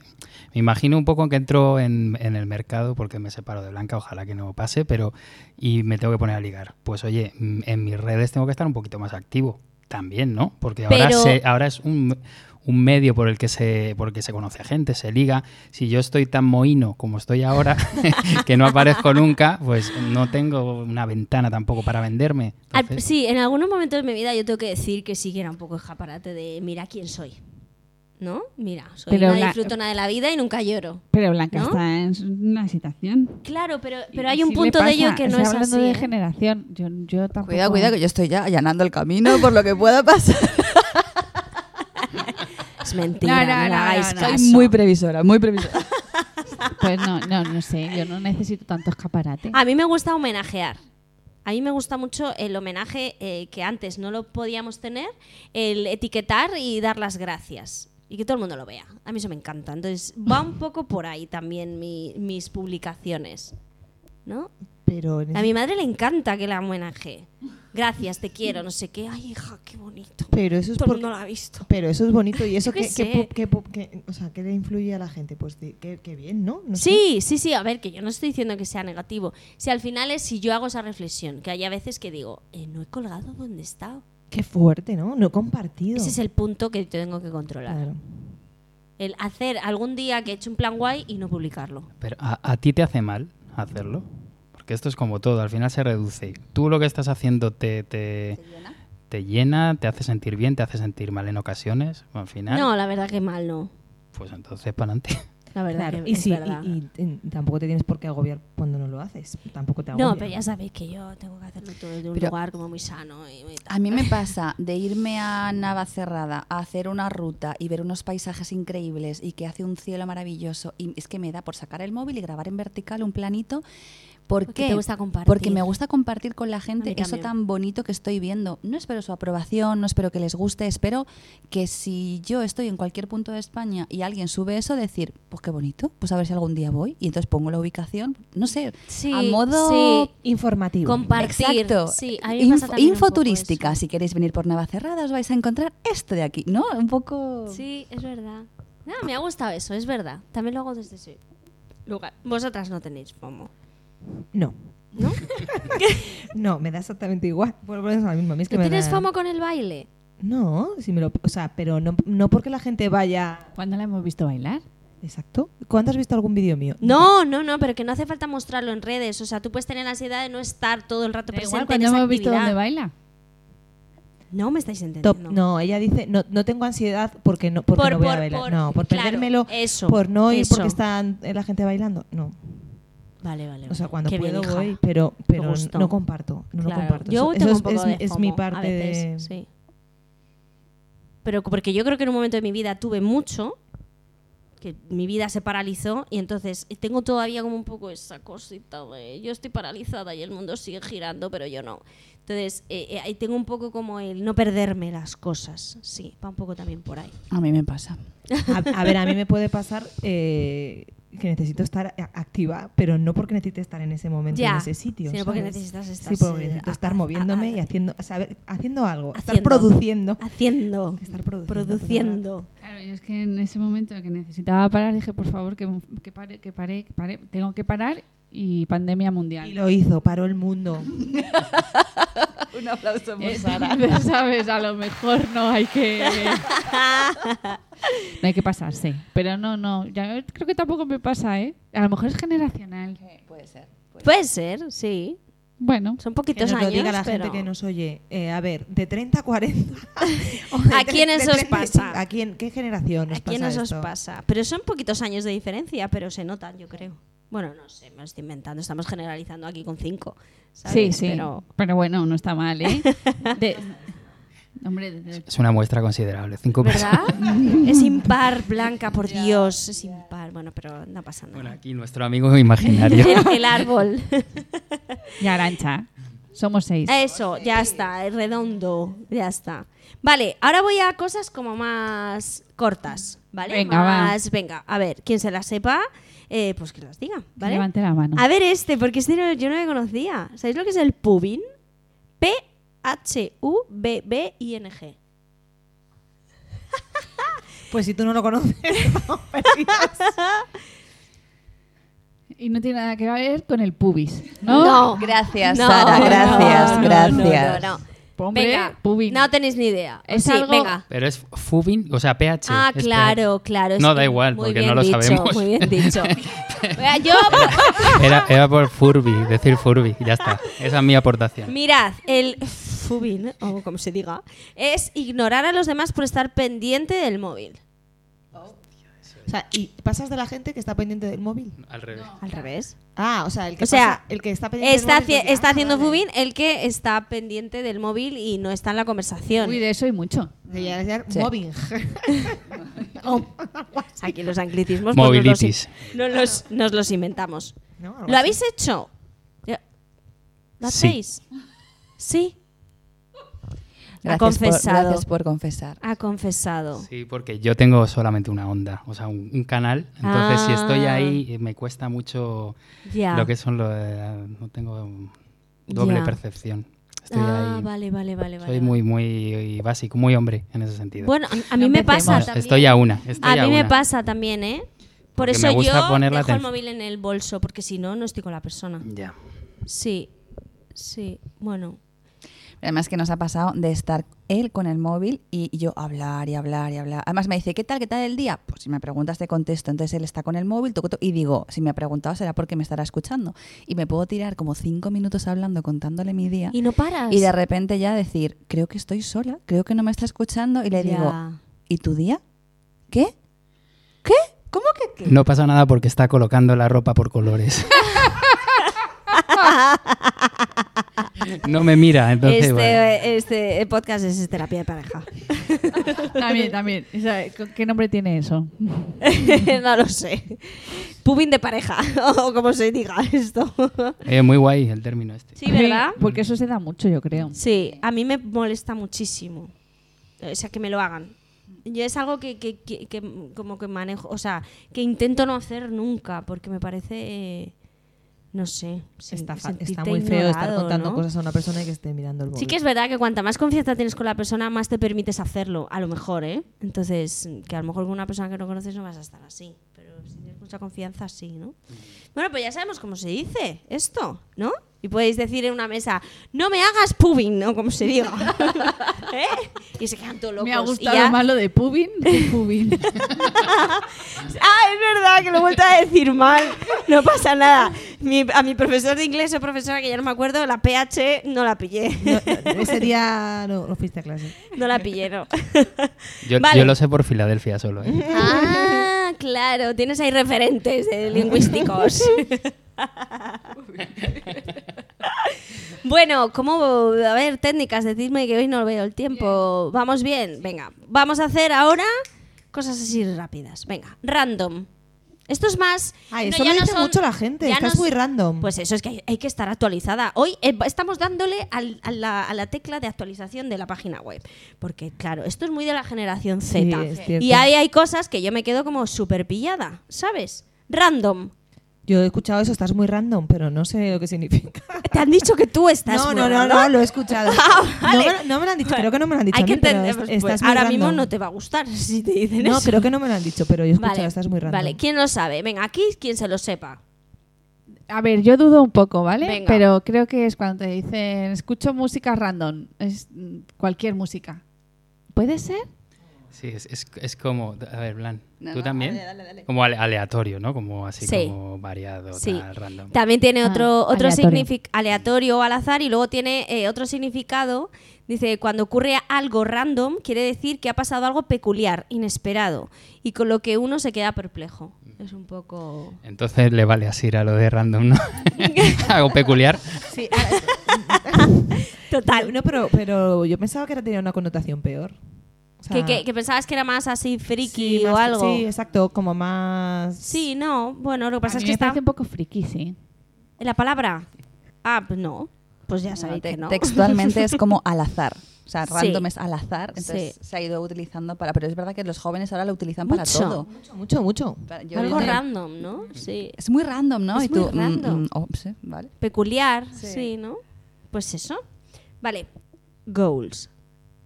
imagino un poco que entro en, en el mercado porque me separo de Blanca, ojalá que no pase, pero y me tengo que poner a ligar. Pues oye, m- en mis redes tengo que estar un poquito más activo también, ¿no? Porque ahora,
Pero-
se- ahora es un, un medio por el que se, por el que se conoce a gente, se liga. Si yo estoy tan mohino como estoy ahora, que no aparezco nunca, pues no tengo una ventana tampoco para venderme.
Al-
Entonces-
sí, en algunos momentos de mi vida yo tengo que decir que sí que era un poco escaparate de mira quién soy. ¿No? Mira, soy
Pero
una
la-
disfrutona de la vida y nunca lloro.
Pero Blanca
¿No?
está en una situación.
Claro, pero,
Y
pero hay un
sí le
punto de
pasa,
ello que
o
no
sea,
es
hablando
así.
de
¿eh?
generación, yo, yo tampoco...
Cuidado, cuidado, que yo estoy ya allanando el camino por lo que pueda pasar.
Es mentira, no, le hagáis caso.
previsora, muy previsora.
Pues no, no, no sé, yo no necesito tanto escaparate.
A mí me gusta homenajear. A mí me gusta mucho el homenaje eh, que antes no lo podíamos tener, el etiquetar y dar las gracias. Y que todo el mundo lo vea. A mí eso me encanta. Entonces, va un poco por ahí también mi- mis publicaciones. ¿No?
Pero en
A
ese-
mi madre le encanta que la homenaje. Gracias, te quiero, no sé qué. Ay, hija, qué bonito.
pero eso es
Todo el
por-
mundo lo ha visto.
pero eso es bonito y eso
Yo qué
que,
sé.
o sea, ¿qué le influye a la gente? Pues de- qué qué bien, ¿no? No sé.
Sí, sí, sí, a ver, que yo no estoy diciendo que sea negativo. Si al final es si yo hago esa reflexión, que hay a veces que digo, eh, no he colgado donde estaba.
Qué fuerte, ¿no? No he compartido.
Ese es el punto que tengo que controlar.
Claro.
El hacer algún día que he hecho un plan guay y no publicarlo.
Pero a, a ti te hace mal hacerlo. Porque esto es como todo, al final se reduce. Tú lo que estás haciendo te, te, te llena, te hace sentir bien, te hace sentir mal en ocasiones. o al final,
No, la verdad que mal no.
pues entonces para adelante.
La verdad
Claro,
que
y
es
sí,
verdad.
y, y, eh, tampoco te tienes por qué agobiar cuando no lo haces. Tampoco te agobias.
no, pero ya sabéis que yo tengo que hacerlo todo de un
Pero-
lugar como muy sano. Y muy tal.
A mí me pasa de irme a Navacerrada a hacer una ruta y ver unos paisajes increíbles y que hace un cielo maravilloso. Y es que me da por sacar el móvil y grabar en vertical un planito. ¿Por
Porque
qué?
te gusta compartir.
Porque me gusta compartir con la
A mí
gente eso
también.
tan bonito que estoy viendo. No espero su aprobación, no espero que les guste, espero que si yo estoy en cualquier punto de España y alguien sube eso, decir, pues qué bonito, pues a ver si algún día voy. Y entonces pongo la ubicación, no sé,
Sí,
a modo
sí.
Informativo.
compartir.
Exacto.
Sí, a mí me pasa también un
Info-
poco
infoturística. Si queréis venir por Navacerrada, os vais a encontrar esto de aquí, ¿no? Un poco.
eso. Sí, es verdad. No, me ha gustado eso, es verdad. También lo hago desde ese lugar. Vosotras no tenéis FOMO.
No.
¿No?
No, me da exactamente igual. Volvemos a la misma. A mí es que
¿Tú
me
tienes
da-
FOMO con el baile?
No, si me lo, o sea, pero no, no porque la gente vaya.
¿Cuándo la hemos visto bailar?
Exacto. ¿Cuándo has visto algún vídeo mío?
No, no, no, pero que no hace falta mostrarlo en redes. O sea, tú puedes tener la ansiedad de no estar todo el rato
Da
presente
igual,
en
cuando
esa
hemos visto
actividad.
dónde baila.
No me estáis entendiendo.
Top. No. ella dice, no, no tengo ansiedad porque no, porque
Por-
no voy
por-
a bailar.
por-
no, por
claro,
perdérmelo,
eso,
por no ir
eso.
porque están eh, la gente bailando. No.
Vale, vale.
O sea,
vale.
cuando
Qué bien,
puedo
hija.
voy, pero, pero
gusto.
no comparto. No lo
Claro.
comparto.
Yo
Eso-
tengo
eso
un poco
es,
de
es- es
FOMO
mi
a
parte de.
veces, sí. Pero cu- porque yo creo que en un momento de mi vida tuve mucho, que mi vida se paralizó y entonces tengo todavía como un poco esa cosita de yo estoy paralizada y el mundo sigue girando, pero yo no. Entonces, eh, eh, ahí tengo un poco como el no perderme las cosas. Sí, va un poco también por ahí.
A mí me pasa.
A, a ver, a mí me puede pasar eh, que necesito estar a- activa, pero no porque necesite estar en ese momento,
Ya,
en ese sitio.
sino porque
¿sabes?
necesitas estar,
Sí, porque
sí,
necesito
a-
estar
a-
moviéndome
a-
y haciendo, saber, haciendo algo, estar
Haciendo.
produciendo.
Haciendo.
Estar produciendo,
Produciendo.
Claro, yo es que en ese momento que necesitaba parar dije, por favor, que, que pare, que pare, que pare, tengo que parar y pandemia mundial.
Y lo hizo, paró el mundo.
Un aplauso
Eh, Sabes, a lo mejor no hay que no hay que pasarse, pero no, no, ya creo que tampoco me pasa, ¿eh? A lo mejor es generacional.
Puede ser. puede
Puede ser, sí.
Bueno,
Son
Que nos
poquitos
lo
años,
diga la
pero...
gente que nos oye. Eh, a ver, de 30 a 40. o
¿A
tre-
quiénes
de
os
30
pasa?
cinco- ¿A quién, qué generación nos
¿A quiénes
pasa
os
esto?
pasa? Pero son poquitos años de diferencia, pero se notan, yo creo. Bueno, no sé, me lo estoy inventando. Estamos generalizando aquí con cinco.
sí,
¿sabes?
sí, pero...
Pero
bueno, no está mal, ¿eh? De- Hombre, de- de-
Es una muestra considerable, cinco personas.
¿Verdad? es impar, Blanca, por Dios. Es impar. Bueno, pero no pasa
Bueno,
nada.
aquí nuestro amigo imaginario.
El, el árbol.
y Arancha, somos seis.
Eso, ya está. es Redondo. Ya está. Vale, ahora voy a cosas como más cortas. ¿Vale?
Venga, va.
Más- Venga, a ver, quien se las sepa, eh, pues que las diga. ¿Vale?
Levante la mano.
A ver este, porque este no- yo no lo conocía. ¿Sabéis lo que es el pubin? P-H-U-B-B-I-N-G.
Pues si tú no lo conoces, no, perdidas.
Y no tiene nada que ver con el pubis, ¿no?
ser. Gracias, Sara. Gracias,
no, no,
gracias.
no, no.
Hombre,
Venga,
pubis.
no tenéis ni idea. O
Es
sí,
algo-
venga.
Pero es Fubin, o sea, PH.
Ah,
es
claro, claro. es
No,
que
da igual,
muy
porque
bien
no lo
dicho,
sabemos.
Muy bien dicho. Venga, yo,
PH. Era, era por Furby, decir Furby, ya está. Esa es mi aportación.
mirad, el fubin, o como se diga, es ignorar a los demás por estar pendiente del móvil.
O sea, y pasas de la gente que está pendiente del móvil.
Al revés.
Al revés.
Ah, o sea, el que,
O sea,
pasa- el que está pendiente
Está,
del móvil.
haci-
dice,
está
"Ah,
haciendo
vale".
Fubin el que está pendiente del móvil y no está en la conversación.
Uy, de eso y mucho.
Debería ser
Sí.
móvil.
Aquí los anglicismos pues,
Movilitis.
Nos, los, nos los- nos los inventamos.
¿No? Algo
¿Lo
así.
habéis hecho? Ya- ¿Lo
Sí.
hacéis? Sí,
Gracias,
confesado.
Por, gracias por confesar.
ha confesado.
Sí, porque yo tengo solamente una onda, o sea, un, un canal. Entonces, si estoy
Ah.
ahí, eh, me cuesta mucho
Ya.
lo que son los. eh, No tengo mm, doble
Ya.
percepción. Estoy
ah,
ahí.
vale, vale, vale.
Soy
vale,
muy, muy básico, muy hombre en ese sentido.
Bueno, a- a mí me
empecemos.
pasa
Vamos,
también.
estoy a una. Estoy
a mí me
una.
pasa también, ¿eh? Por
Porque
eso
me gusta
yo
poner la
dejo el
atención.
móvil en el bolso, porque si no, no estoy con la persona.
Ya.
Sí, sí, bueno.
Además que nos ha pasado de estar él con el móvil y yo hablar y hablar y hablar. Además me dice, ¿qué tal? ¿Qué tal el día? Pues si me preguntas te contesto. Entonces él está con el móvil toco, toco, y digo, si me ha preguntado será porque me estará escuchando. Y me puedo tirar como cinco minutos hablando, contándole mi día.
Y no paras.
Y de repente ya decir, creo que estoy sola, creo que no me está escuchando. Y le digo,
Ya.
¿y tu día? ¿Qué? ¿Qué? ¿Cómo que qué?
No pasa nada porque está colocando la ropa por colores. No me mira, entonces.
Este,
bueno.
este podcast es terapia de pareja.
También, también. O sea, ¿con ¿Qué nombre tiene eso?
no lo sé. Pubin de pareja, o como se diga esto.
Eh, muy guay el término este.
sí, ¿verdad?
Porque eso se da mucho, yo creo.
Sí, a mí me molesta muchísimo. eh, O sea, que me lo hagan. Yo es algo que, que- que- que m- como que manejo, o sea, que intento no hacer nunca, porque me parece, eh, no sé, sen-
Está, fa-
sentirte
está muy feo estar
ignorado,
contando
¿no?
cosas a una persona y que esté mirando el móvil.
Sí que es verdad que cuanta más confianza tienes con la persona, más te permites hacerlo, a lo mejor, ¿eh? Entonces, que a lo mejor con una persona que no conoces no vas a estar así, pero si tienes mucha confianza, sí, ¿no? Bueno, pues ya sabemos cómo se dice esto, ¿no? Y podéis decir en una mesa, no me hagas pubin, o como se diga. ¿Eh? Y se quedan todos locos.
Me ha
y
gustado
ya-
más lo de Pubin que Pubin.
Ah, es verdad, que lo he vuelto a decir mal. No pasa nada. Mi- a mi profesor de inglés o profesora, que ya no me acuerdo, la PH no la pillé.
No, no, ese día no, no fuiste a clase.
No la pillé, no.
Yo,
Vale.
yo lo sé por Filadelfia solo. ¿eh?
Ah, claro, tienes ahí referentes eh, lingüísticos. bueno, ¿cómo? A ver, técnicas, decidme que hoy no veo el tiempo. Vamos bien, venga. Vamos a hacer ahora cosas así rápidas. Venga, random. Esto es más.
Ay,
no,
eso
ya
lo
no
dice
son-
mucho la gente.
ya
Estás
no
muy
son-
random.
Pues eso, es que hay, hay que estar actualizada. Hoy eh, estamos dándole al- a, la, a la tecla de actualización de la página web. Porque, claro, esto es muy de la generación Z.
Sí, es cierto.
y ahí hay cosas que yo me quedo como súper pillada, ¿sabes? Random.
Yo he escuchado eso, estás muy random, pero no sé lo que significa.
Te han dicho que tú estás
no,
muy
no, no,
random?
no, lo he escuchado.
Ah, vale.
no, me, lo- no me lo han dicho, creo que no me lo han dicho.
Hay
a
que
mí, pero
entender.
es-
pues,
estás muy
ahora mismo
random.
no te va a gustar si te dicen
No,
eso.
creo que no me lo han dicho, pero yo he escuchado,
Vale,
estás muy random.
Vale, ¿quién lo sabe? Venga, aquí quien se lo sepa.
A ver, yo dudo un poco, ¿vale?
Venga.
Pero creo que es cuando te dicen, escucho música random, es mm, cualquier música. ¿Puede ser?
Sí, es, es- es como. A ver, Blan.
No,
¿Tú
no,
también? Como ale- aleatorio, ¿no? Como así,
Sí.
como variado,
Sí.
tal, random.
También tiene
Ah,
otro, otro
aleatorio.
significado aleatorio o al azar y luego tiene eh, otro significado. Dice, cuando ocurre algo random, quiere decir que ha pasado algo peculiar, inesperado, y con lo que uno se queda perplejo. Es un poco...
Entonces le vale así a lo de random, ¿no? Algo peculiar.
Sí, ah,
Total.
no, pero, pero yo pensaba que era- tenía una connotación peor. O sea,
que, que- que pensabas que era más así friki
sí,
o
más-
algo.
Sí, exacto, como más...
Sí, no. Bueno, lo que pasa
A
Pues es
mí
que
me
está...
parece un poco friki, sí.
¿La palabra? Ah, pues no. Pues ya sabéis
Te-
que no.
Textualmente es como al azar. O sea,
Sí.
random es al azar, entonces
Sí.
se ha ido utilizando para. Pero es verdad que los jóvenes ahora lo utilizan para
Mucho.
todo.
Mucho, mucho, mucho.
Para- yo-
Algo
yo-
random, ¿no? Sí.
Es muy random, ¿no?
Es
y
muy
tú, mm,
random.
mm, oh, sí, vale.
Peculiar, sí.
Sí.
¿no? Pues eso. Vale. Goals.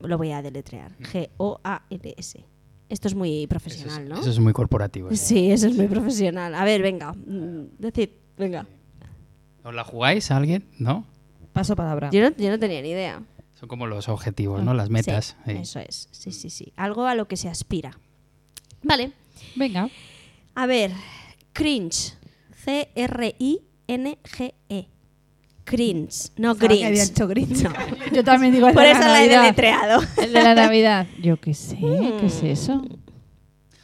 Lo voy a deletrear.
Mm.
G-O-A-L-S. Esto es muy
Eso es,
profesional, ¿no?
eso es muy corporativo. ¿eh?
Sí, eso es muy profesional. A ver, venga. mm, Decid, venga.
¿Os la jugáis a alguien? ¿No?
Paso palabra.
Yo no, yo no tenía ni idea.
Son como los objetivos, ¿no? Las metas.
Ah, Sí,
sí.
Eso es. Sí, sí, sí. Algo a lo que se aspira. Vale.
Venga.
A ver, cringe. C-R-I-N-G-E. E. Cringe, no
Pensaba que había
cringe.
hecho grinch.
No.
Yo también digo el
Por
de
eso
la
la he
Navidad.
deletreado.
El de la Navidad. Yo qué sé,
Hmm.
¿qué es eso?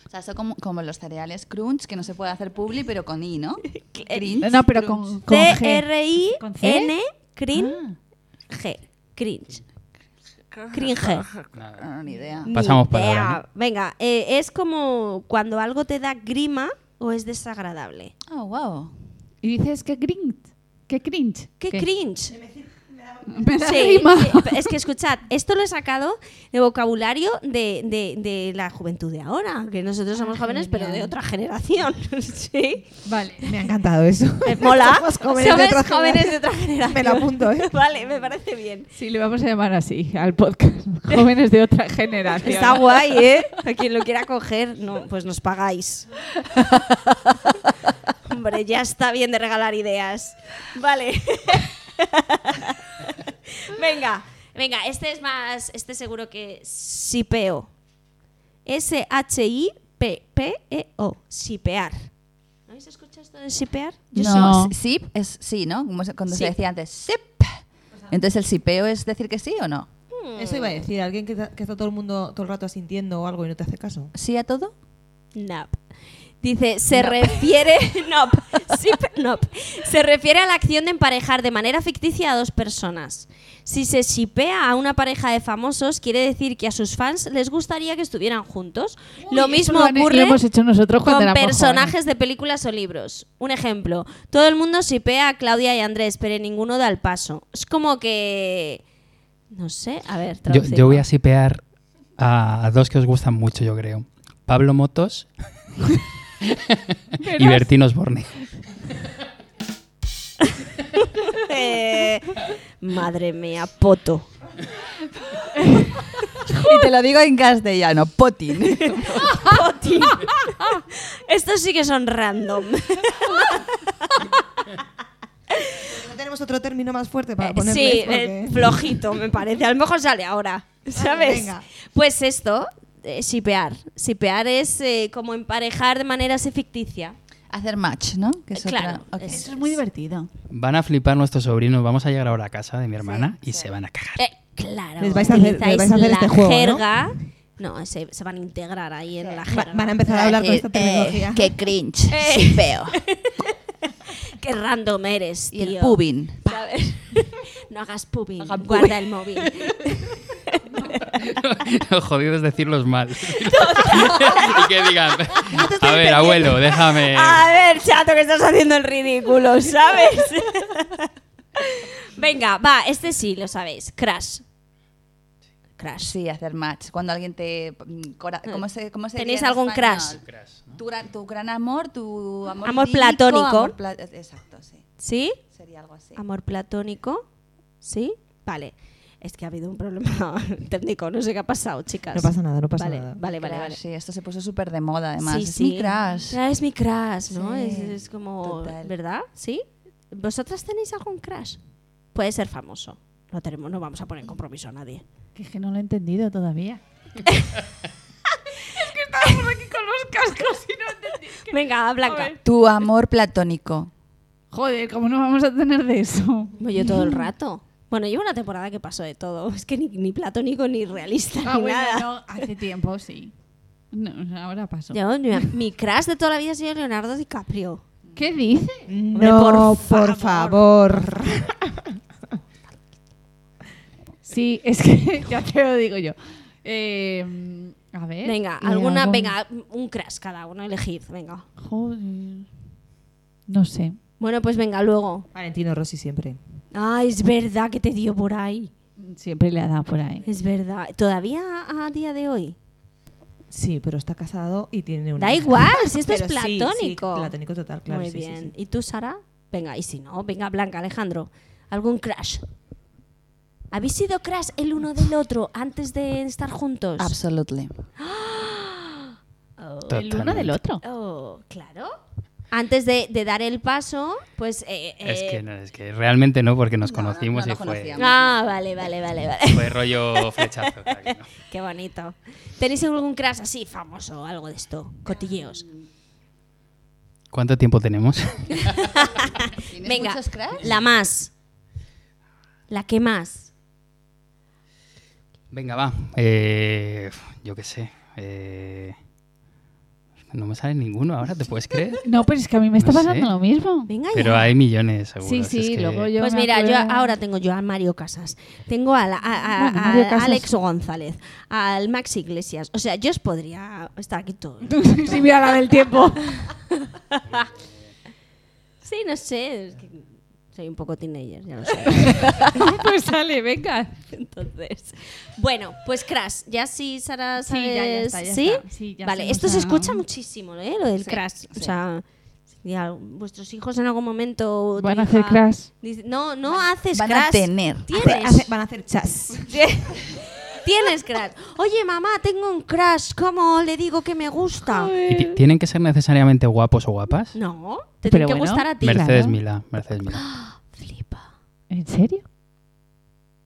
O sea, son como, como los cereales crunch, que no se puede hacer publi, pero con I, ¿no? Cringe,
No, pero
crunch.
con, con G. ¿Con C?
C-R-I-N, cringe.
Ah.
Cringe. Cringe.
Nada.
No, Ah, ni idea.
Ni
Pasamos
idea.
palabra,
Venga, eh, es como cuando algo te da grima o es desagradable.
Ah, wow.
Y dices que cringe. ¿Qué cringe?
¿Qué, cringe?
Me da
Sí,
grima.
eh, es que escuchad, esto lo he sacado de vocabulario de, de- de la juventud de ahora, que nosotros somos jóvenes, pero de otra generación. sí.
Vale.
Me ha encantado eso.
Mola.
Somos jóvenes
Somos
de otra
jóvenes
generación.
de otra generación.
Me lo apunto, ¿eh?
Vale, me parece bien.
Sí, le vamos a llamar así al podcast. Jóvenes de otra generación.
Está guay, ¿eh? A quien lo quiera coger, no, pues nos pagáis. Hombre, ya está bien de regalar ideas. Vale. venga, venga, este es más, este seguro que sipeo. S-H-I-P-P-E-O, sipear. E ¿No habéis escuchado esto de sipear?
Yo
no,
soy-
s- sip es sí, ¿no? Como se- cuando
Sí.
se decía antes, sip. Entonces, ¿el sipeo es decir que sí o no?
Eso iba a decir, alguien que, ta- que está todo el mundo todo el rato asintiendo o algo y no te hace caso.
¿Sí a todo?
Nap. Dice, se refiere. Nop. Sí, pe- nop. Se refiere a la acción de emparejar de manera ficticia a dos personas. Si se shipea a una pareja de famosos, quiere decir que a sus fans les gustaría que estuvieran juntos. lo
Eso
mismo
lo han-
ocurre
lo hemos hecho nosotros cuando
con
éramos
personajes de películas o libros. Un ejemplo, todo el mundo shipea a Claudia y Andrés, pero ninguno da el paso. Es como que. No sé, a ver,
Yo,
traducirlo.
yo voy a sipear a, a dos que os gustan mucho, yo creo. Pablo Motos y Bertín Osborne.
Eh, Madre mía, poto.
Y te lo digo en castellano, potin.
Poti. Estos sí que son random.
No tenemos otro término más fuerte para
Eh,
ponerle.
sí,
porque-
eh, flojito, me parece. A lo mejor sale ahora, ¿sabes?
venga.
Pues esto, eh, shipear. Shipear es eh, como emparejar de manera así ficticia.
Hacer match, ¿no? Que Eh, es otra-
Claro,
ok.
eso.
Eso es muy divertido.
Van a flipar nuestros sobrinos. Vamos a llegar ahora a casa de mi hermana y se van a cagar.
Eh, claro.
Les vais a hacer- les
utilizáis
vais a hacer
la
este juego, ¿no?
jerga. No, se, se van a integrar ahí en la
Va-
jerga.
van a empezar a hablar con esta terminología.
Eh, que cringe,
Eh.
sipeo.
Qué random eres,
Y el
tío.
pubin.
¿Sabes? no hagas pubin.
No hagas
guarda el móvil.
Lo jodido es decirlos mal. y que digan, a ver, abuelo, déjame.
A ver, chato, que estás haciendo el ridículo, ¿sabes? Venga, va, este sí, lo sabéis. Crash. crash.
Sí, hacer match. Cuando alguien te... mm, cora- ¿Cómo se, cómo se
¿Tenéis
diría en
algún
español?
crash?
Crash, ¿no?
Tu, gran- tu gran amor, tu amor...
Amor
idílico,
platónico.
amor pla- Exacto, sí.
¿Sí?
Sería algo así.
Amor platónico. ¿Sí? Vale. Es que ha habido un problema técnico, no sé qué ha pasado, chicas.
No pasa nada, no pasa
vale,
nada.
Vale, vale,
Crash,
vale.
Sí, esto se puso súper de moda además.
Sí,
es
sí.
mi crash.
Crash es mi crash, ¿no?
Sí,
es, es como,
total.
¿verdad? ¿Sí? ¿Vosotras tenéis algún crash? Puede ser famoso. No, tenemos, no vamos a poner en compromiso a nadie.
Que es que no lo he entendido todavía.
Venga, Blanca.
Tu amor platónico.
Joder, ¿cómo no vamos a tener de eso?
Pues yo todo el rato. Bueno, llevo una temporada que pasó de todo. Es que ni, ni platónico ni realista
Ah,
ni
bueno,
nada.
no, hace tiempo sí. No, ahora paso.
Yo, mi, mi crush de toda la vida ha sido Leonardo DiCaprio.
¿Qué dice?
No, por favor.
Sí, es que ya te lo digo yo. Eh, a ver.
Venga,
eh,
alguna,
algún-
venga, un crush cada uno, elegid, venga.
Joder. No sé.
Bueno, pues venga, luego.
Valentino Rossi siempre.
Ay, es verdad que te dio por ahí.
Siempre le ha dado por ahí.
Es verdad. Todavía a día de hoy.
Sí, pero está casado y tiene una.
Da
hija.
igual, si esto es
Pero sí, sí,
platónico.
platónico total, claro.
Muy
sí, sí,
bien.
sí.
¿Y tú, Sara? Venga, y si no, venga, Blanca, Alejandro. ¿Algún crush? ¿Habéis sido crush el uno del otro antes de estar juntos?
Absolutely.
Oh.
El uno del
Totalmente.
otro.
Oh, claro. Antes de, de dar el paso, pues... eh,
Es
eh,
que, no, es que realmente no, porque nos
No, no,
conocimos y
no nos
fue,
conocíamos.
Ah, vale, vale, vale, vale.
fue rollo flechazo. o sea que no.
Qué bonito. ¿Tenéis algún crash así famoso o algo de esto? Cotilleos.
¿Cuánto tiempo tenemos?
¿Tienes
Venga,
muchos crash?
la más. La que más.
Venga, va. Eh, yo qué sé. eh, no me sale ninguno ahora, ¿te puedes creer?
No, pero es que a mí me está
No sé.
pasando lo mismo.
Venga
Pero
ya.
hay millones, seguro.
sí,
si
sí,
es que-
luego yo.
Pues
me
mira, yo
acuerdo-
ahora tengo yo a Mario Casas, tengo a, la- a- a-
Bueno,
a-
Mario
a
Casas.
Alex González, al Max Iglesias. O sea, yo os podría estar aquí todo.
sí, mira la del tiempo.
Sí, no sé. es que soy un poco teenager, ya lo sé.
pues sale, venga.
Entonces, bueno, pues Crash, ya sí, Sara,
Sí,
sabes.
ya, ya está, ya
¿Sí?
está. Sí, ya
vale,
sé,
esto
o
se
sea,
escucha muchísimo, ¿eh? Lo del
Sí,
Crash. O
sí.
sea, si a vuestros hijos en algún momento. tu
Van a hacer
hija
crash.
dice- no, no haces
Van
Crash.
a tener.
Tienes,
Hace- van a hacer chas.
tienes Crash. Oye, mamá, tengo un Crash. ¿Cómo le digo que me gusta?
¿Y ti- ¿Tienen que ser necesariamente guapos o guapas?
No, te tiene
Pero
que
bueno.
gustar a ti.
Mer-
Mercedes
claro.
Mila, Mercedes Mila.
Flipa.
¿En serio?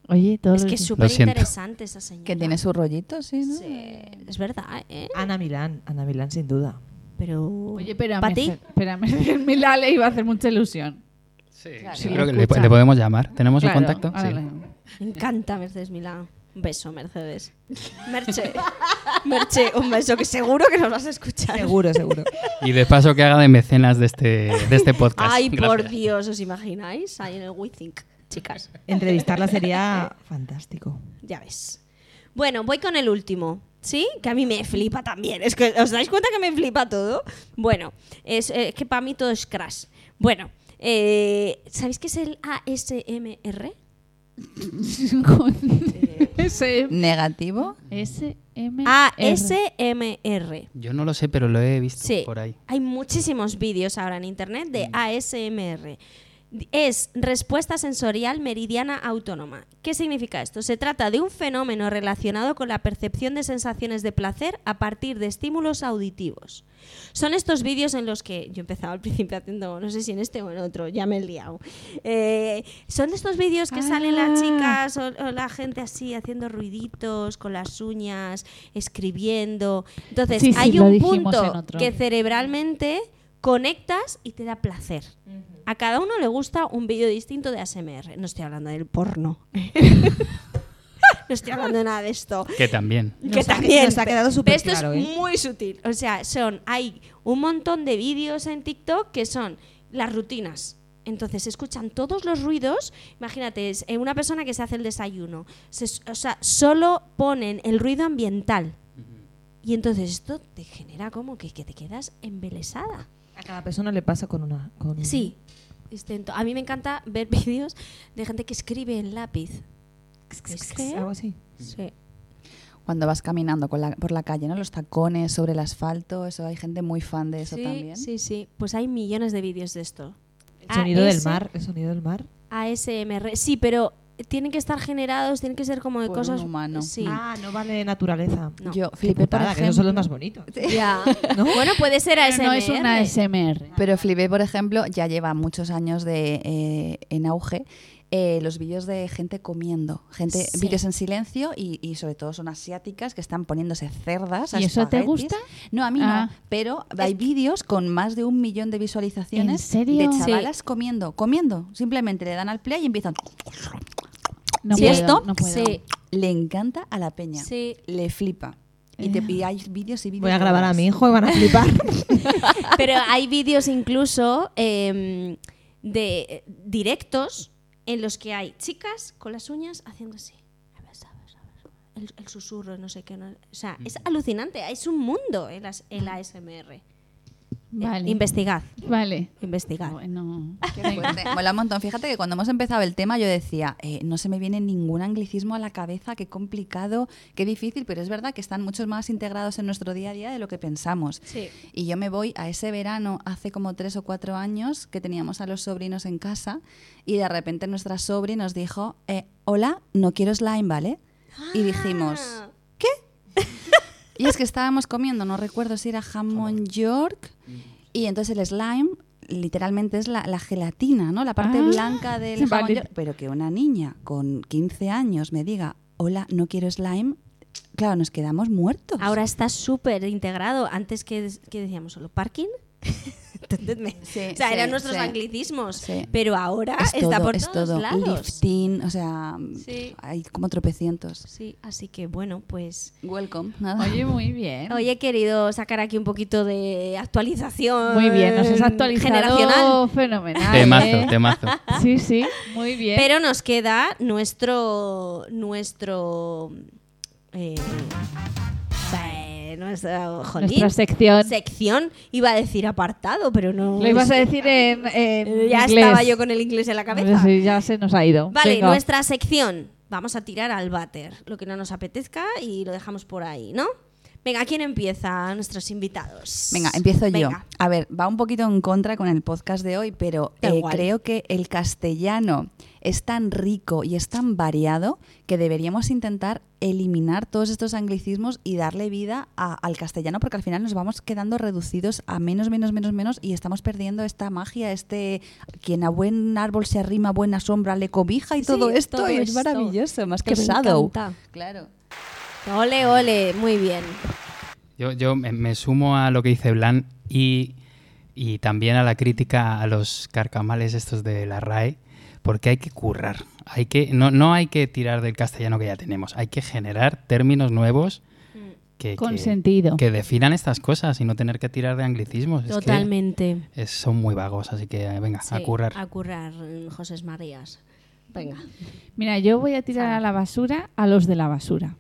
Oye, todo
Es
lo
que es
que-
súper
siento.
interesante esa señora.
Que tiene su rollito, sí, ¿no?
Sí, es verdad, ¿eh?
Ana Milán, Ana Milán sin duda.
Pero.
Oye, pero a
¿Pa' ti?
Merce- pero a Mercedes Milá le iba a hacer mucha ilusión.
Sí,
Sí,
creo que le,
escucha.
le podemos llamar. ¿Tenemos
Claro,
el contacto?
ahora
Sí.
le-
Me encanta Mercedes Milán. Un beso, Mercedes. Merche. Merche, un beso que seguro que nos vas a escuchar.
Seguro, seguro.
Y de paso que haga de mecenas de este, de este podcast.
Ay, por
Gracias.
Dios, ¿os imagináis? Ahí en el WeThink, chicas.
Entrevistarla sería fantástico.
Ya ves. Bueno, voy con el último. ¿Sí? Que a mí me flipa también. Es que os dais cuenta que me flipa todo. Bueno, es eh, que para mí todo es crash. Bueno, eh, ¿sabéis qué es el ASMR?
Eh, S-
Negativo.
SM.
Ah, ASMR.
Yo no lo sé, pero lo he visto
Sí.
por ahí.
Hay muchísimos vídeos ahora en internet de ASMR. Es respuesta sensorial meridiana autónoma. ¿Qué significa esto? Se trata de un fenómeno relacionado con la percepción de sensaciones de placer a partir de estímulos auditivos. Son estos vídeos en los que yo empezaba al principio haciendo, no sé si en este o en otro, ya me he liado. Eh, son estos vídeos que salen las
Ah.
chicas o, o la gente así haciendo ruiditos con las uñas, escribiendo. Entonces,
Sí, sí,
hay
lo
un
dijimos en
punto
otro.
que cerebralmente conectas y te da placer. A cada uno le gusta un vídeo distinto de ASMR. No estoy hablando del porno. no estoy hablando de nada de esto.
Que también.
que
ha-
también.
nos ha quedado
pero
súper
Esto
claro,
es
¿eh?
muy sutil. O sea, son hay un montón de vídeos en TikTok que son las rutinas. Entonces escuchan todos los ruidos. Imagínate, es eh, una persona que se hace el desayuno. Se s- o sea, solo ponen el ruido ambiental. Y entonces esto te genera como que, que te quedas embelesada.
A cada persona le pasa con una. Con
Sí, distinto. A mí me encanta ver vídeos de gente que escribe en lápiz. ¿Es que?
Algo así.
Sí.
cuando vas caminando con la- por la calle, ¿no? Los tacones sobre el asfalto, eso hay gente muy fan de eso también.
Sí, sí. Pues hay millones de vídeos de esto. Ah,
El sonido del
AS
mar, el sonido del mar.
ASMR. Sí, pero tienen que estar generados, tienen que ser como de
Por un
cosas.
humano.
Sí.
Ah, no vale de naturaleza.
No.
Yo
Qué
flipé por
putada, que
ejemplo,
esos son los más bonitos.
Ya.
¿No?
Bueno, puede ser ASMR.
Pero no es una SMR.
Pero flipé, por ejemplo, ya lleva muchos años de, eh, en auge eh, los vídeos de gente comiendo, gente
Sí.
vídeos en silencio y, y sobre todo son asiáticas que están poniéndose cerdas. a
¿Y eso te
espaguetis.
gusta?
No, a mí
Ah.
no. Pero hay vídeos con más de un millón de visualizaciones
¿En serio?
de
Sí.
chavalas comiendo, comiendo. Simplemente le dan al play y empiezan.
No
y
puedo,
esto
no puedo.
Sí,
le encanta a la peña.
sí.
Le flipa. Y,
Eh.
te, y hay vídeos y vídeos.
Voy a
de
grabar a
horas.
mi hijo y van a flipar.
Pero hay vídeos incluso em, de eh, directos en los que hay chicas con las uñas haciendo así. El, el susurro, no sé qué. no- o sea, es alucinante. Es un mundo el, as- el ASMR. Eh,
Vale.
investigad,
vale.
investigad.
Bueno.
Qué fuerte. Mola un montón. Fíjate que cuando hemos empezado el tema yo decía, eh, no se me viene ningún anglicismo a la cabeza, qué complicado, qué difícil, pero es verdad que están muchos más integrados en nuestro día a día de lo que pensamos.
Sí.
Y yo me voy a ese verano hace como tres o cuatro años que teníamos a los sobrinos en casa y de repente nuestra sobri nos dijo, eh, hola, no quiero slime, ¿vale? Y dijimos,
Ah.
y es que estábamos comiendo, no recuerdo si era jamón Mm. york, y entonces el slime literalmente es la, la gelatina, ¿no? La parte
Ah,
blanca del jamón
vale.
york. Pero que una niña con 15 años me diga, hola, no quiero slime, claro, nos quedamos muertos.
Ahora está súper integrado. Antes que, que decíamos solo parking. Entendedme.
Sí,
o sea,
sí,
eran nuestros
sí.
anglicismos.
Sí.
Pero ahora
es
está
todo,
por
es
todos
todo,
lados.
lifting, o sea,
Sí.
hay como tropecientos.
Sí, así que bueno, pues.
Welcome, nada.
Oye, muy bien.
Oye, he querido sacar aquí un poquito de actualización.
muy bien, nos has actualizado
Generacional.
Mm, fenomenal. ¿eh?
Temazo, temazo.
Sí, sí, muy bien.
Pero nos queda nuestro. Nuestro. Eh, eh, nuestra, jolín,
Nuestra sección.
sección. Iba a decir apartado, pero no.
Lo ibas a decir en, en
Ya
inglés.
estaba yo con el inglés en la cabeza.
Sí, ya se nos ha ido.
Vale,
Venga.
nuestra sección. Vamos a tirar al váter lo que no nos apetezca y lo dejamos por ahí, ¿no? Venga, ¿quién empieza? Nuestros invitados.
Venga, empiezo yo.
Venga.
A ver, va un poquito en contra con el podcast de hoy, pero
Da
eh,
igual.
creo que el castellano es tan rico y es tan variado que deberíamos intentar eliminar todos estos anglicismos y darle vida a- al castellano, porque al final nos vamos quedando reducidos a menos, menos, menos, menos y estamos perdiendo esta magia, este quien a buen árbol se arrima, buena sombra le cobija y
Sí,
todo esto.
todo
y es
esto.
maravilloso, más que,
Que me
shadow.
encanta.
Claro.
Ole, ole, muy bien.
Yo, yo me, me sumo a lo que dice Blan y, y también a la crítica a los carcamales estos de la RAE, porque hay que currar. Hay que, no, no hay que tirar del castellano que ya tenemos, hay que generar términos nuevos
Mm.
que,
Con
que-
sentido.
que definan estas cosas y no tener que tirar de anglicismos. Es que
Totalmente.
es- son muy vagos, así que eh, venga, a
Sí,
currar.
A currar, mm, José Marías. Venga.
Mira, yo voy a
Ah.
tirar a la basura a los de la basura.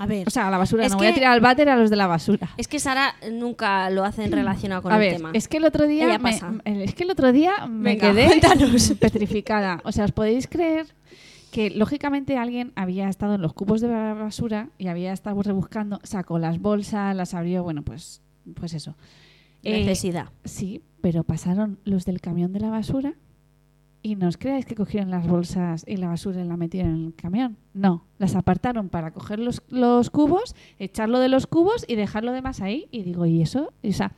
A ver.
O sea, a la basura
Es
no, voy a
que-
tirar al váter a los de la basura.
es que Sara nunca lo hace en relacionado con
a
el
ver,
tema.
es que el otro día
Ella
me,
pasa.
es que el otro día me
Venga,
quedé
cuéntanos.
petrificada. O sea, os podéis creer que lógicamente alguien había estado en los cubos de la basura y había estado rebuscando, sacó las bolsas, las abrió, bueno, pues pues eso. Eh,
Necesidad.
sí, pero pasaron los del camión de la basura y no os creáis que cogieron las bolsas y la basura y la metieron en el camión. No, las apartaron para coger los, los cubos, echarlo de los cubos y dejarlo demás ahí. Y digo, ¿y eso? O sea,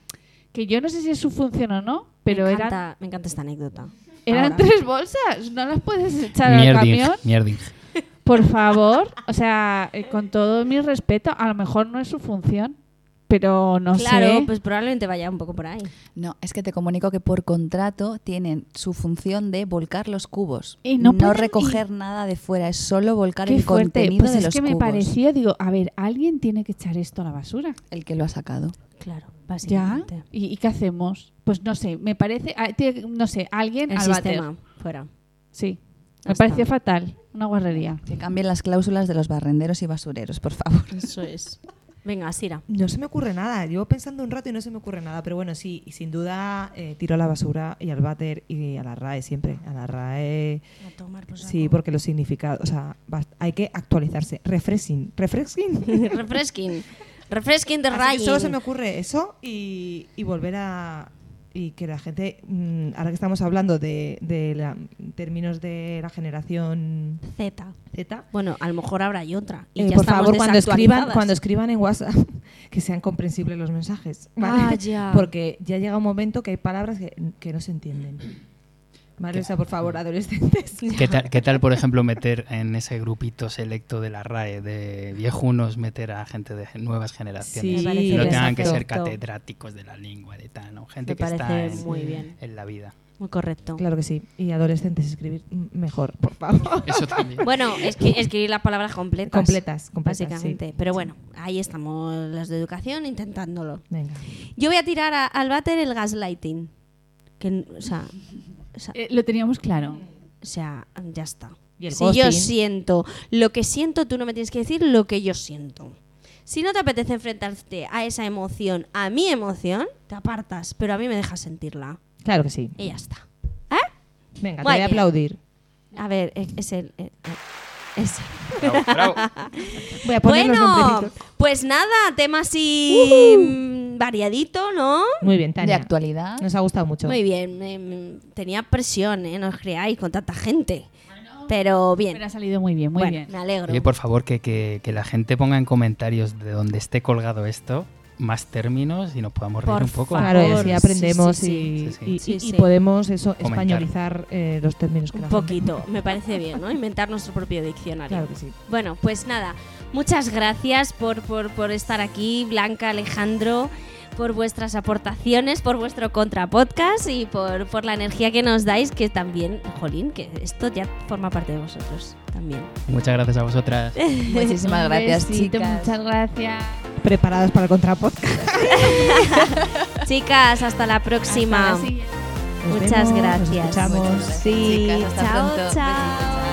que yo no sé si es su función o no, pero
me,
eran,
encanta, me encanta esta anécdota.
eran
Ahora.
tres bolsas. No las puedes echar al
Mierding,
camión.
mierding.
Por favor, o sea, eh, con todo mi respeto, a lo mejor no es su función, pero no
claro,
sé.
pues probablemente vaya un poco por ahí.
No, es que te comunico que por contrato tienen su función de volcar los cubos.
Y no pueden-
recoger nada de fuera, es solo volcar
Qué
el
fuerte.
contenido
Pues
de
es
los
que me
cubos.
pareció, digo, a ver, alguien tiene que echar esto a la basura.
El que lo ha sacado.
Claro,
¿Ya?
básicamente.
¿Y, y qué hacemos? Pues no sé, me parece, ah, tiene que- no sé, alguien
El
al váter.
sistema, fuera.
Sí,
Ya
me
está.
pareció fatal, una guarrería.
Que cambien las cláusulas de los barrenderos y basureros, por favor.
Eso es. Venga, Sira.
No se me ocurre nada. Llevo pensando un rato y no se me ocurre nada. Pero bueno, sí, y sin duda eh, tiro a la basura y al váter y a la RAE siempre. A la RAE.
A tomar
Pues
por
Sí, porque los significados. O sea, bas- hay que actualizarse. Refreshing. Refreshing.
Refresquín. Refresquín de
Así que
Ryan.
solo se me ocurre eso y, y volver a. Y que la gente. mm, ahora que estamos hablando de, de la- términos de la generación
Z.
Z.
Bueno, a lo mejor habrá y otra. Y
eh,
ya
por
estamos
favor, cuando escriban,
desactualizadas.
cuando escriban en WhatsApp, que sean comprensibles los mensajes.
Ah, ya.
Porque ya llega un momento que hay palabras que, que no se entienden. Vale, o sea, por favor, adolescentes.
¿Qué tal, qué tal, por ejemplo, meter en ese grupito selecto de la RAE de viejunos, meter a gente de nuevas generaciones?
Sí,
que no
les
tengan que ser
correcto.
catedráticos de la lengua, de tal, ¿no? Gente
Me
que está
parece
en,
muy bien.
en la vida.
Muy correcto.
Claro que sí. Y adolescentes, escribir mm, mejor, por favor.
Eso también.
Bueno, es que escribir las palabras completas.
Completas, completas,
Básicamente.
sí.
Pero bueno, ahí estamos las de educación intentándolo.
Venga.
Yo voy a tirar a- al váter el gaslighting. Que, n- o, sea, o sea,
Eh, lo teníamos claro.
o sea, ya está.
Y el
si yo
ghosting.
siento lo que siento, tú no me tienes que decir lo que yo siento. Si no te apetece enfrentarte a esa emoción, a mi emoción, te apartas, pero a mí me dejas sentirla.
Claro que sí.
Y ya está.
Venga,
Eh, Muy
te voy a
bien.
aplaudir.
A ver, e- es el... e- e- es-
Bravo, bravo.
Voy a poner los
Bueno,
nombrecitos.
pues nada, tema así mm, variadito, ¿no?
Muy bien,
De
Tania.
actualidad.
Nos ha gustado mucho.
Muy bien, em, tenía presión, ¿eh? No os creáis con tanta gente. Pero bien,
Pero ha salido muy bien, muy
Bueno,
bien.
me alegro.
Oye, por favor, que, que- que la gente ponga en comentarios de donde esté colgado esto más términos y nos podamos reír
Por
un poco.
favor.
Claro, y
sí,
así aprendemos
sí,
y-
sí.
y,
Sí,
y-
sí.
y podemos eso
Comentar.
españolizar eh, los términos. que
Un
la gente-
poquito, me parece bien, ¿no? Inventar nuestro propio diccionario.
Claro que sí.
Bueno, pues nada, muchas gracias por, por, por estar aquí, Blanca, Alejandro, por vuestras aportaciones, por vuestro contrapodcast y por, por la energía que nos dais, que también, jolín, que esto ya forma parte de vosotros también.
Muchas gracias a vosotras.
Muchísimas
Un
gracias,
besito,
chicas.
Muchas gracias.
Preparados para el contrapodcast.
Chicas, hasta la próxima.
Hasta la siguiente.
Nos
Muchas
vemos, nos
gracias.
escuchamos.
Muchas gracias,
Sí,
chicas. Hasta
chao,
pronto.
chao.
Besitos.